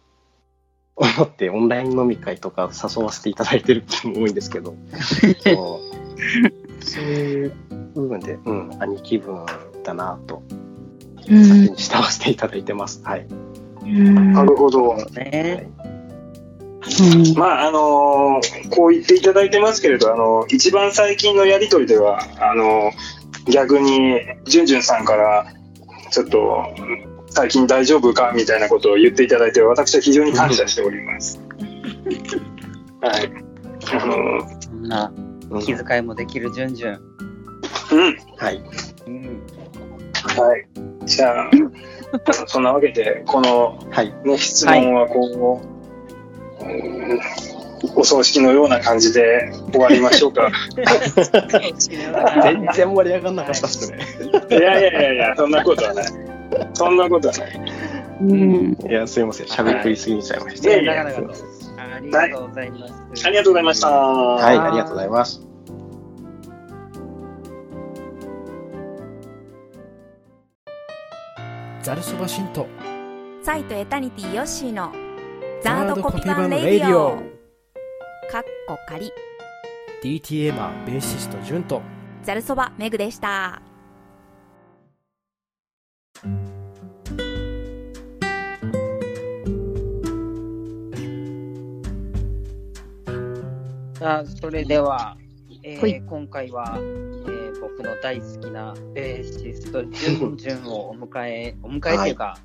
Speaker 3: 思ってオンライン飲み会とか誘わせていただいてることも多いんですけ どそうそういう部分で、うん、兄貴分だなと
Speaker 4: あ。
Speaker 3: 勝手に慕わせていただいてます。はい、
Speaker 2: なるほど
Speaker 1: ね。
Speaker 2: まああのーこう言っていただいてますけれど、あのー一番最近のやり取りではあのー逆にじゅんじゅんさんからちょっと最近大丈夫かみたいなことを言っていただいて私は非常に感謝しております。はいあのー
Speaker 1: な
Speaker 3: うん
Speaker 1: 気遣いもできるジュンジュン。
Speaker 2: うん。
Speaker 3: はい。
Speaker 1: うん。
Speaker 2: はい。じゃあ、そんなわけで、この、
Speaker 3: はい。
Speaker 2: ね、質問はこう、うんお葬式のような感じで終わりましょうか。
Speaker 3: 全然盛り上がんなかったっすね。
Speaker 2: いやいやいやいや、そんなことはない。そんなことはない。
Speaker 4: うん。
Speaker 3: いや、すいません。喋りすぎちゃいまし
Speaker 2: い
Speaker 3: た。
Speaker 2: や
Speaker 1: や
Speaker 2: いや
Speaker 1: なかなかとありがとうございます。
Speaker 2: ありがとうございました。
Speaker 3: はい、ありがとうございます。
Speaker 6: ザルそば神道
Speaker 7: サイトエタニティヨッシーのザ
Speaker 6: ザ
Speaker 7: ー
Speaker 6: ー
Speaker 7: ド
Speaker 6: ド
Speaker 7: コ
Speaker 6: コ
Speaker 7: ピ
Speaker 6: ピ
Speaker 7: ー
Speaker 6: ー版
Speaker 7: 版レ
Speaker 6: レ
Speaker 7: デ
Speaker 6: デ
Speaker 7: ィ
Speaker 6: ィ
Speaker 7: オ
Speaker 6: オ
Speaker 7: かっこかり
Speaker 6: DTA マンベーシスト純と
Speaker 7: ザルそばメグでした
Speaker 1: さあ、それでは、えー
Speaker 4: ほい
Speaker 1: 今回は、えー僕の大好きなベーシスト、ジュンジュンをお迎え、お迎えというか、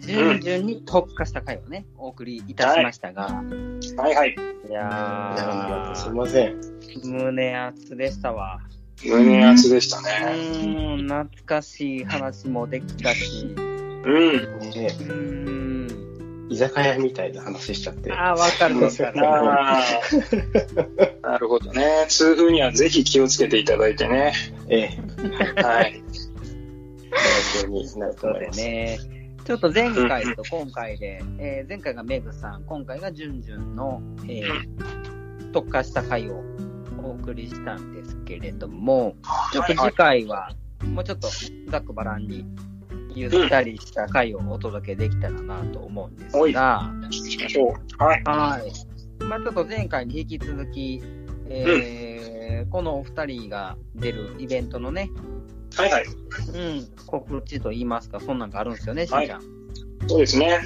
Speaker 1: ジュンジュンに特化した回をね、お送りいたしましたが、
Speaker 2: はいはい。
Speaker 1: い、や
Speaker 3: すい
Speaker 1: ー、
Speaker 3: ません。
Speaker 1: 胸熱でしたわ。
Speaker 2: 胸熱でした
Speaker 1: う
Speaker 2: ね。
Speaker 1: ーん、懐かしい話もできたし、う
Speaker 2: うん。
Speaker 3: ね
Speaker 1: ーん、
Speaker 3: 居酒屋みたいな話しちゃって。
Speaker 1: ああ、わかるわかる。あ
Speaker 2: あーなるほどね。痛風にはぜひ気をつけていただいてね。
Speaker 3: え え、
Speaker 2: はい。
Speaker 3: 勉強になると
Speaker 1: そう
Speaker 3: 思
Speaker 1: だ
Speaker 3: い
Speaker 1: よ
Speaker 3: ます。
Speaker 1: ね。ちょっと前回と今回で、えー前回がメグさん、今回がジュンジュンの、えー特化した回をお送りしたんですけれども、ちょっと次回は、もうちょっとざっくばらんにゆったりした回をお届けできたらなと思うんです
Speaker 2: おい
Speaker 1: が、
Speaker 2: そうはい。
Speaker 1: はい。まあちょっと前回に引き続き、えーこのお二人が出るイベントのね、
Speaker 2: はいはい。
Speaker 1: うん、告知と言いますか、そんなんがあるんですよね、しんちゃん。
Speaker 2: そうですね。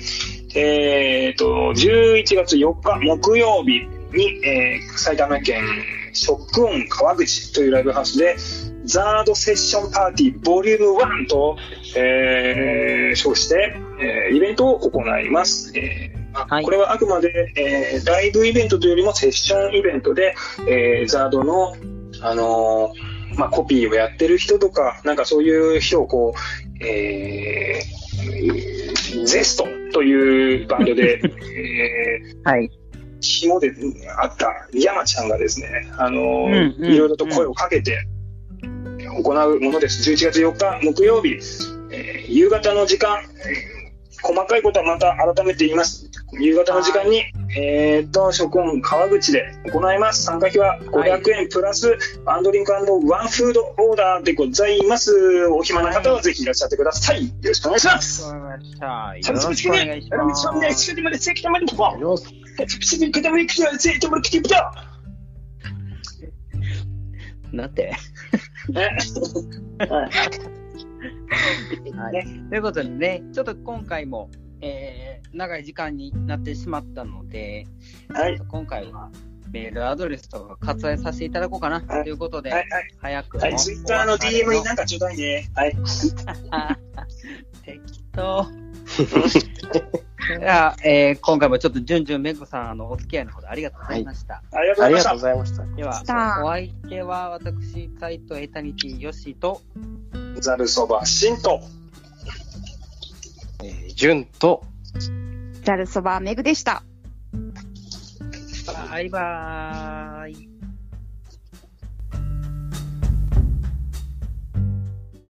Speaker 2: えっと、11月4日木曜日に、えー埼玉県ショックオン川口というライブハウスで、ザードセッションパーティーボリューム1と、えー称して、えーイベントを行います。えーまあ
Speaker 1: はい
Speaker 2: これはあくまで、えーライブイベントというよりもセッションイベントで、えーザードの、あのーまあ、コピーをやってる人とか、なんかそういう人をこう、えーゼストというバン ドで、えー
Speaker 1: はい。
Speaker 2: 紐であった山ちゃんがですね、あのー
Speaker 1: うんうん
Speaker 2: いろいろと声をかけて行うものです。11月4日木曜日、えー夕方の時間、えー細かいことはまた改めて言います。夕方の時間に、えーっと、職員川口で行います。参加費は500円プラス、ワンドリンクワンフードオーダーでございます。お暇な方はぜひいらっしゃってください。よろしくお願いします。
Speaker 1: わかりました。
Speaker 2: よ
Speaker 1: よ
Speaker 2: ろ
Speaker 1: ろ
Speaker 2: し
Speaker 1: し
Speaker 2: く
Speaker 1: く
Speaker 2: お
Speaker 1: お
Speaker 2: 願
Speaker 1: 願
Speaker 2: い
Speaker 1: い
Speaker 2: し
Speaker 1: し
Speaker 2: ま。
Speaker 1: ますす。なんて。はい。ということでね、ちょっと今回も、えー、長い時間になってしまったので、
Speaker 2: はい、
Speaker 1: 今回はメールアドレスとか割愛させていただこうかな、
Speaker 2: はい
Speaker 1: ということで、
Speaker 2: はい、はい。
Speaker 1: 早くも。
Speaker 2: はい、ツイッターの DM になんかちょうだいね。はい。
Speaker 1: 適当。じゃあ、えー、今回もちょっと、じゅんじゅんめぐさん、あの、お付き合いのほどありがとうございました。
Speaker 2: ありがとう
Speaker 3: あ
Speaker 2: ござい
Speaker 3: り
Speaker 2: ま
Speaker 3: が
Speaker 2: し
Speaker 3: と
Speaker 2: た
Speaker 3: うご。ざいました。
Speaker 1: では
Speaker 4: した、
Speaker 1: お相手は私、カイトエタニティヨシと、
Speaker 2: ザルそば、シント。
Speaker 3: えー、純と、
Speaker 4: ざるそばめぐでした。
Speaker 1: バイバーイ。